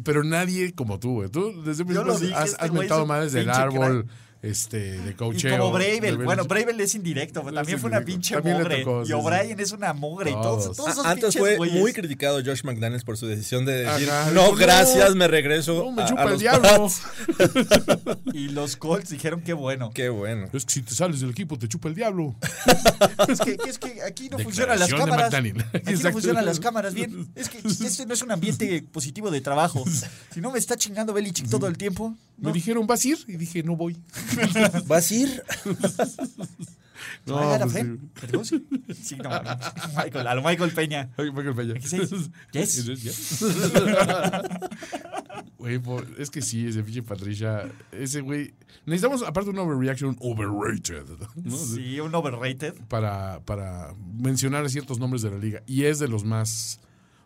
B: Pero nadie como tú, güey. Tú desde el
A: Yo lo
B: principio
A: dije,
B: has,
A: este
B: has
A: güey es
B: mentado
A: un
B: más desde el
A: pinche
B: árbol este, de
A: Y
B: cocheo.
A: como Bravel.
B: De-
A: Bueno, Bravel es indirecto, pero
B: Es
A: también fue una
B: indirecto.
A: pinche
B: También le
A: mogre.
B: tocó, sí,
A: y
B: sí.
A: O'Brien es una mogre. y Todos,
B: Todos.
A: todos esos
C: A- Antes
A: pinches
C: fue
A: güeyes.
C: muy criticado Josh McDaniels por su decisión de decir,
B: Ajá.
C: no,
B: No,
C: gracias, me regreso
B: No, me
C: a- a
B: chupa el
C: los
B: diablo.
C: Pats".
A: Y los Colts dijeron que bueno.
C: Qué bueno.
B: Es que si te sales del equipo, te chupa el diablo.
A: Es que, es que aquí no funcionan las
B: Declaración de
A: cámaras.
B: McDaniel.
A: Aquí no
B: Exacto.
A: funcionan las cámaras bien. Es que este no es un ambiente positivo de trabajo. Si no me está chingando Belichick todo el tiempo.
B: Me dijeron, ¿vas a ir? Y dije, no voy.
C: ¿Vas a ir?
A: No, a la
B: pues
A: fe. Perdón, sí. Sí, no, mames. Michael, a lo Michael Peña.
B: Ay, Michael Peña.
A: ¿Qué se dice? Yes.
B: Güey, por- es que sí, ese pinche Patricia, ese güey. Necesitamos, aparte, una overreaction overrated, ¿no?
A: Sí, un overrated.
B: Para, para mencionar ciertos nombres de la liga. Y es de los más.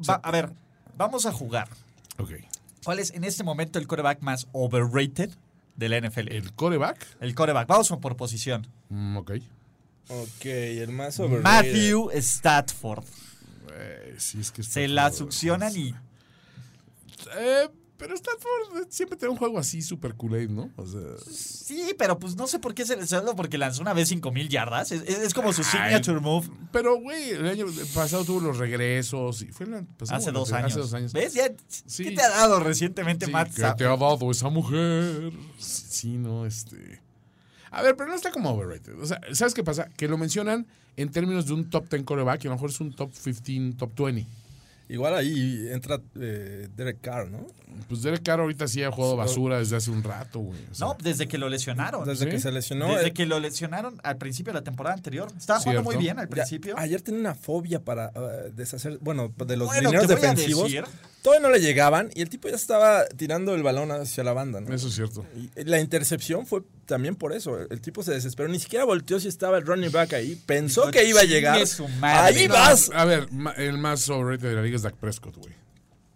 A: Va- a ver, vamos a jugar.
B: Ok.
A: ¿Cuál es en este momento el coreback más overrated de la NFL? El,
B: El coreback.
A: coreback. Vamos por posición.
B: mm, ok.
C: Ok, el más overrated.
A: Matthew Stafford.
B: Eh, sí, es que.
A: Se
B: Stafford-
A: la succionan y
B: Eh, pero Stafford eh, siempre tiene un juego así, super Kool-Aid, ¿no? O sea.
A: Sí, pero pues no sé por qué se les salió porque lanzó una vez 5000 yardas. Es, es- es como su
B: Ay.
A: signature move
B: Pero, güey, el año pasado tuvo los regresos. Y fue el año pasado,
A: hace
B: bueno,
A: dos años.
B: Hace dos años.
A: ¿Ves? Ya,
B: Sí.
A: ¿Qué te ha dado recientemente,
B: Sí,
A: Matt?
B: que te ha dado esa mujer. Sí, no, este. A ver, pero no está como overrated. O sea, ¿sabes qué pasa? Que lo mencionan en términos de un top 10 coreback y a lo mejor es un top 15, top 20.
C: Igual ahí entra eh, Derek Carr, ¿no?
B: Pues Derek Carr ahorita sí ha jugado basura desde hace un rato, güey. O sea,
A: No, desde que lo lesionaron.
C: Desde
B: Sí.
C: que se lesionó.
A: Desde
C: eh,
A: que lo lesionaron al principio de la temporada anterior. Estaba jugando
B: Cierto.
A: muy bien al
C: ya-
A: principio.
C: ayer tenía una fobia para eh, deshacer, bueno, de los
A: Bueno,
C: dineros
A: te voy a
C: defensivos.
A: decir.
C: Todavía no le llegaban y el tipo ya estaba tirando el balón hacia la banda, ¿no?
B: Eso es cierto.
C: Y la intercepción fue también por eso. El tipo se desesperó. Ni siquiera volteó si estaba el running back ahí. Pensó
A: Dijo,
C: que iba a
A: "Chingue
C: llegar.
A: su madre".
C: Ahí
A: No,
C: vas.
B: A ver, ma- el más overrated de la liga es Dak Prescott, güey.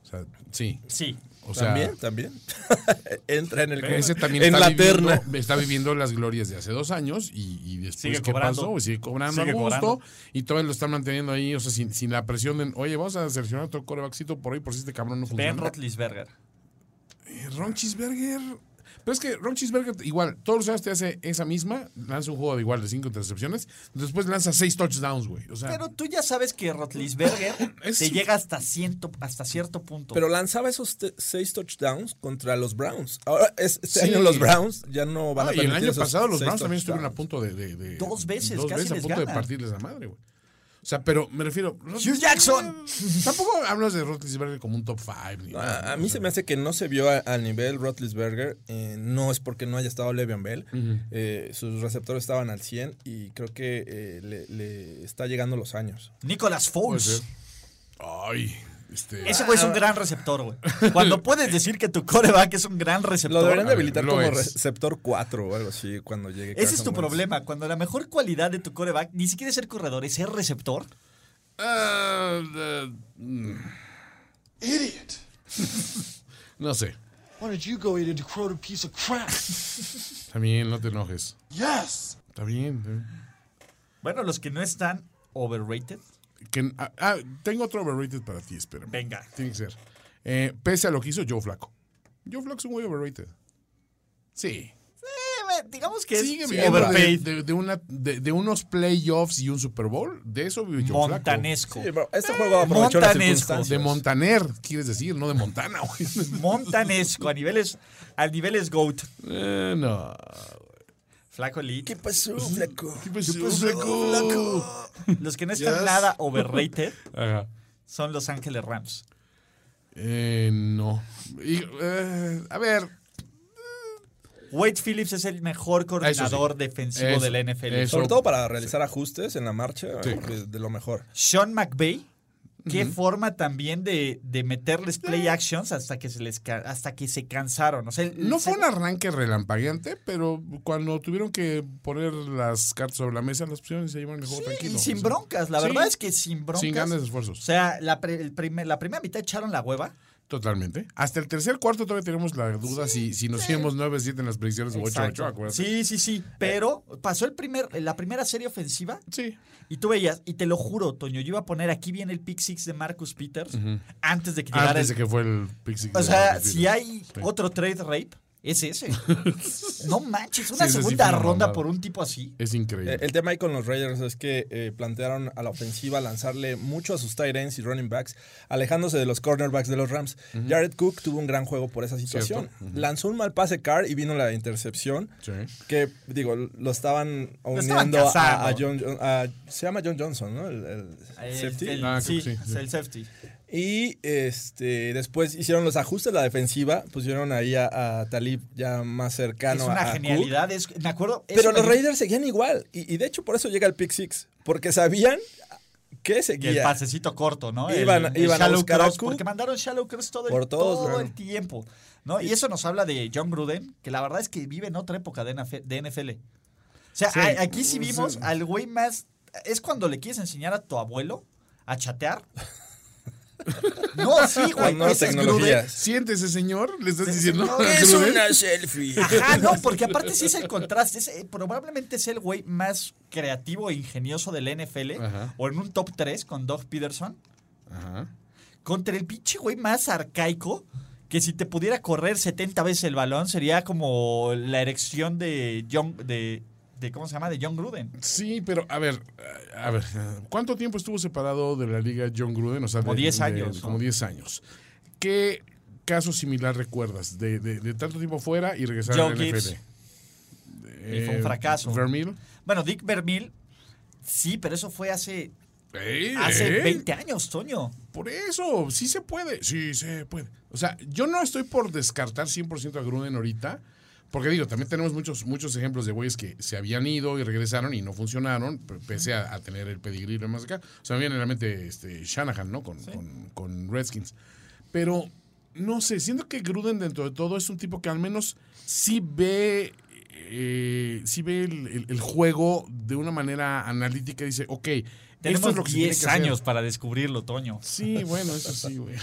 B: O sea, sí.
A: Sí.
B: O sea,
C: también, también. Entra en el
B: ese también
C: en
B: está,
C: la
B: viviendo,
C: terna.
B: está viviendo las glorias de hace dos años y, y después
A: Sigue
B: qué
A: cobrando.
B: pasó, Pues sigue cobrando
A: Sigue
B: a gusto
A: cobrando.
B: y todavía lo están manteniendo ahí, o sea, sin, sin la presión de, oye, vamos a seleccionar otro corebackcito por ahí por si este cabrón no
A: Ben
B: funciona. Ah.
A: Roethlisberger.
B: Eh, Ron Chisberger. Pero es que Ron Chisberger, igual, todos los años te hace esa misma, lanza un juego de igual de cinco intercepciones, después lanza seis touchdowns, güey. O sea,
A: Pero tú ya sabes que Roethlisberger
B: Es-
A: te llega hasta, ciento, hasta cierto punto.
C: Pero lanzaba esos te- seis touchdowns contra los Browns. Ahora, es- este
B: Sí.
C: año los Browns ya no van
B: Ah,
C: a
B: y el
C: permitir
B: año
C: esos
B: pasado los
C: seis
B: Browns también estuvieron a
C: touchdowns.
B: punto de, de- de-
A: Dos veces,
B: dos
A: casi
B: veces a
A: les
B: punto de
A: ganan.
B: partirles la madre, güey. O sea, pero me refiero.
A: Hugh Jackson.
B: Tampoco hablas de Roethlisberger como un top 5. ni nada,
C: Ah, A, a mí
B: o sea.
C: se me hace que no se vio a- al nivel Rotlisberger. no es porque no haya estado Le'Veon Bell. Eh, sus receptores estaban al 100 y creo que eh, le, le está llegando los años.
A: Nicolas
B: Puede
A: Foles.
B: ser. Ay, este.
A: Ese güey es un gran receptor, güey. Cuando puedes decir que tu coreback es un gran receptor.
C: Lo deberían de
B: A ver,
C: habilitar
B: lo
C: como
B: es.
C: receptor 4 o algo así cuando llegue.
A: Ese es
C: Carson
A: tu
C: Wentz.
A: problema. Cuando la mejor cualidad de tu coreback ni siquiera es ser corredor, es ser receptor.
B: ah, eh, mm,
D: Idiot!
B: no sé.
D: Why don't you go eat a decrowed piece of crap?
B: También no te enojes.
D: yes!
B: Está bien. está bien.
A: Bueno, los que no están overrated.
B: Que- ah, ah, tengo otro overrated para ti, espérame.
A: Venga.
B: Tiene que ser. Eh, pese a lo que hizo Joe Flaco. Joe Flaco es un güey overrated. Sí.
A: Eh, digamos que
B: Sigue
A: es
B: viviendo de,
A: overpaid,
B: de- de una, de, de unos playoffs y un Super Bowl. De eso vive Joe Flaco.
A: montanesco.
C: Sí, bro, este juego aprovechó las
A: Montanesco.
C: circunstancias.
B: De Montaner, quieres decir, no de Montana, güey.
A: Montanesco, a niveles, a niveles GOAT.
B: Eh, no.
A: Flaco Lee.
C: ¿Qué pasó, flaco?
B: ¿Qué pasó, flaco?
A: Uh, Los que no están
B: Yes.
A: nada overrated
B: Ajá.
A: son Los Ángeles Rams.
B: Eh, no. Y, eh, a ver.
A: Wade Phillips es el mejor coordinador defensivo
B: Eso,
A: de la NFL.
B: eso.
C: Sobre todo para realizar ajustes en la marcha, de, de lo mejor.
A: Sean McVay, qué forma también de, de meterles play actions hasta que se les ca- hasta que se cansaron. O sea, el-
B: No
A: se-
B: fue un arranque relampagueante, pero cuando tuvieron que poner las cartas sobre la mesa, las pusieron y se llevaron el juego tranquilo.
A: y sin
B: O sea,
A: broncas, la
B: Sí.
A: verdad es que sin broncas.
B: Sin grandes esfuerzos.
A: O sea, la, pre- el primer- la primera mitad echaron la hueva.
B: Totalmente. Hasta el tercer cuarto todavía tenemos la duda si, si nos íbamos 9-7 en las predicciones o 8-8,
A: Exacto.
B: acuérdate. Eh.
A: Sí, sí, sí. Pero pasó el primer, la primera serie ofensiva
B: Sí.
A: y tú veías, y te lo juro, Toño, yo iba a poner aquí bien el pick six de Marcus Peters antes de que llegara
B: Antes
A: el-
B: de que fue el Pixie.
A: O sea, si hay otro trade rape, es ese. no manches,
B: Sí,
A: una
B: ese sí
A: segunda
B: fue una
A: ronda
B: mamada.
A: por un tipo así.
B: Es increíble.
C: Eh, El tema ahí con los Raiders es que eh, plantearon a la ofensiva lanzarle mucho a sus tight ends y running backs, alejándose de los cornerbacks de los Rams. Jared Cook tuvo un gran juego por esa situación. Lanzó un mal pase Carr y vino la intercepción.
B: Sí.
C: Que, digo, lo estaban
A: estaban
C: uniendo a- a,
A: cazando.
C: John. John- a- se llama John Johnson, ¿no? El, el safety.
A: El-
B: Ah,
A: Este, sí,
B: creo que sí,
A: es
B: sí.
A: el safety.
C: Y este después hicieron los ajustes a la defensiva, pusieron ahí a, a Talib ya más cercano
A: es
C: a-
A: una
C: Ah, a Cook.
A: genialidad. es- me acuerdo. eso
C: Pero
A: me
C: los
A: dio-
C: Raiders seguían igual. Y, y de hecho, por eso llega el pick six. Porque sabían que
A: que El
C: seguía.
A: pasecito corto, ¿no?
C: Iban-
A: el,
C: iban a
A: shallow
C: buscar a
A: cross,
C: Cook.
A: Porque mandaron shallow cross todo, el-
C: Por todos
A: todo
C: lados.
A: el tiempo. ¿no? Y eso nos habla de John Gruden, que la verdad es que vive en otra época de NF de NFL. O sea,
B: Sí.
A: a- aquí sí vimos
B: Sí.
A: al güey más. Es cuando le quieres enseñar a tu abuelo a chatear. No, sí, güey.
C: Con nuevas
A: ese es Gruden.
C: tecnologías.
B: Siéntese, señor. Le estás diciendo.
C: selfie.
A: Ajá, no, porque aparte sí es el contraste. es, eh, probablemente es el güey más creativo e ingenioso del NFL.
B: Ajá.
A: O en un top 3 con Doug Peterson.
B: Ajá.
A: Contra el pinche güey más arcaico. Que si te pudiera correr 70 veces el balón, sería como la erección de John. De, de- ¿Cómo se llama? De John Gruden.
B: Sí, pero a ver, eh, a ver, ¿cuánto tiempo estuvo separado de la liga John Gruden? O sea,
A: Como
B: de-
A: 10
B: de-
A: años,
B: Como
A: ¿no?
B: 10 años. ¿Qué caso similar recuerdas de, de- de tanto tiempo fuera y regresar
A: Joe
B: a la NFL?
A: Gibbs. Y fue un fracaso.
B: Vermeil.
A: Bueno, Dick Vermeil. Sí, pero eso fue hace,
B: Eh,
A: hace
B: eh,
A: 20 años, Toño.
B: Por eso, sí se puede, sí se puede. O sea, yo no estoy por descartar 100% a Gruden ahorita, porque digo, también tenemos muchos, muchos ejemplos de güeyes que se habían ido y regresaron y no funcionaron, p- pese a, a tener el pedigrí y lo más acá. O sea, me viene a la mente este, Shanahan, ¿no? Con, con- con Redskins. Pero, no sé, siento que Gruden dentro de todo es un tipo que al menos sí ve... eh, sí ve el, el- el juego de una manera analítica y dice, ok, esto
A: Tenemos
B: es lo que se tiene
A: 10
B: que hacer.
A: años para descubrirlo, Toño.
B: Sí, bueno, eso sí, güey.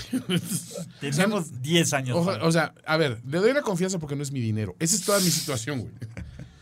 A: Tenemos 10 años.
B: O,
A: para-
B: o sea, a ver, le doy la confianza porque no es mi dinero. Esa es toda mi situación, güey.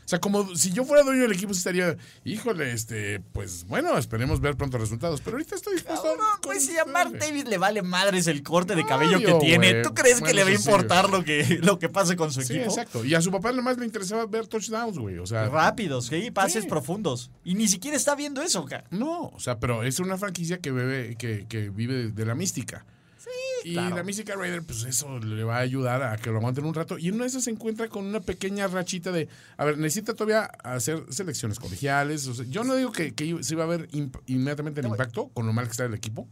B: O sea, como si yo fuera dueño del equipo, sí estaría, híjole, este, pues bueno, esperemos ver pronto resultados. Pero ahorita estoy dispuesto
A: Cabrón,
B: a.
A: pues si a Mark Davis le vale madres el corte de
B: No,
A: cabello
B: yo,
A: que tiene,
B: oh, güey.
A: ¿tú crees que
B: Bueno,
A: le va a
B: eso sí,
A: importar lo que, lo que pase con su
B: Sí,
A: equipo?
B: exacto. Y a su papá nomás le interesaba ver touchdowns, güey. O sea.
A: Rápidos, sí, pases
B: Sí.
A: profundos. Y ni siquiera está viendo eso, ca-
B: No, o sea, pero es una franquicia que, bebe, que, que vive de, de la mística. Sí, Y
A: claro.
B: la mística Raider, pues eso le va a ayudar a que lo aguanten un rato. Y en una de esas se encuentra con una pequeña rachita de. A ver, necesita todavía hacer selecciones colegiales. o sea, yo no digo que, que se iba a ver imp- inmediatamente el impacto con lo mal que está el equipo,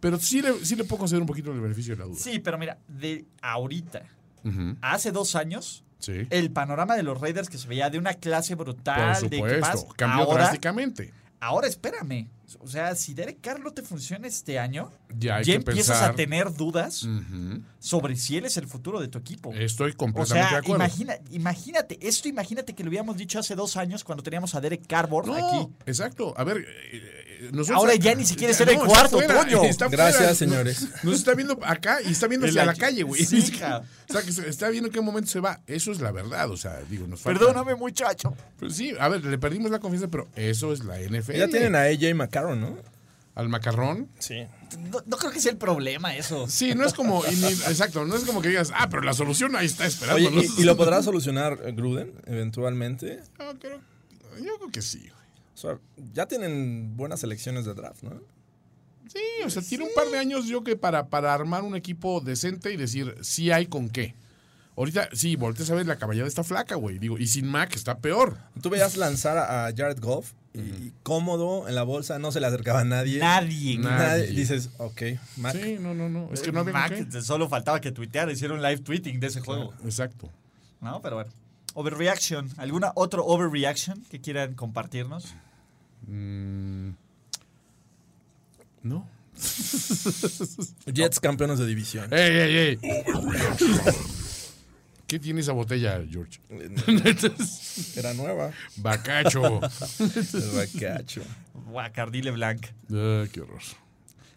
B: pero sí le, sí le puedo conceder un poquito el beneficio de la duda.
A: Sí, pero mira, de ahorita,
B: Ujú,
A: a hace dos años,
B: sí.
A: el panorama de los Raiders que se veía de una clase brutal,
B: Por
A: de que
B: supuesto,
A: más,
B: cambió
A: ahora,
B: drásticamente.
A: ahora espérame. O sea, si Derek Carr no te funciona este año,
B: Ya hay
A: ya
B: que
A: empiezas
B: pensar.
A: a tener dudas
B: Ujú,
A: sobre si él es el futuro de tu equipo.
B: Estoy
A: O
B: completamente de
A: sea,
B: acuerdo.
A: imagina, imagínate, esto imagínate que lo hubiéramos dicho hace dos años cuando teníamos a Derek Carbor
B: No,
A: aquí.
B: exacto. A ver, eh, eh, nosotros.
A: Ahora ya ni siquiera está en el
B: está
A: cuarto, Toño.
B: eh, está
C: Gracias,
B: fuera.
C: señores.
B: Nos, nos está viendo acá y está viendo
A: En
B: hacia
A: la-
B: la, calle, güey.
A: Sí, hija.
B: o sea, que se- está viendo en qué momento se va. Eso es la verdad. O sea, digo, nos falta. Pues
A: Perdóname, muchacho.
B: Pero sí, a ver, le perdimos la confianza, pero eso es la NFL.
C: Ya tienen a AJ McCarron, ¿no?
B: al macarrón.
C: Sí.
A: No, no creo que sea el problema eso.
B: Sí, no es como. y ni- exacto, no es como que digas, ah, pero la solución ahí está esperando.
C: Oye, ¿y, y lo podrá solucionar eh, Gruden eventualmente?
B: No, creo- yo creo que sí. güey.
C: O sea, ya tienen buenas selecciones de draft, ¿no?
B: Sí, o sea, tiene un par de años yo que para, para armar un equipo decente y decir, sí hay con qué. Ahorita, sí, volteas a ver, la caballada está flaca, güey. Digo, y sin Mac está peor.
C: Tú veías lanzar a a Jared Goff y, y cómodo en la bolsa, no se le acercaba a nadie.
A: Nadie.
B: Na-
C: Nadie.
B: Nadie.
C: Dices, ok, Mac.
B: Sí, no, no, no. eh, Es que no había con
A: Mac,
B: qué.
A: solo faltaba que tuiteara, hicieron live tweeting de ese juego.
B: Exacto.
A: No, pero bueno. Overreaction. ¿Alguna otro overreaction que quieran compartirnos?
B: ¿No?
C: Jets campeones de división.
B: ¡Ey, ey, ey! ¿Qué tiene esa botella, George?
C: Era nueva.
B: Bacacho.
C: El bacacho.
A: Guacardile Blanc.
B: Ah, qué horror.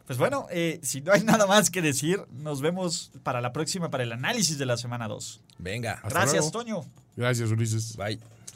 A: Pues bueno, eh, si no hay nada más que decir, nos vemos para la próxima, para el análisis de la semana 2.
C: Venga.
B: Hasta luego.
A: Gracias, Toño.
B: Gracias, Ulises.
C: Bye.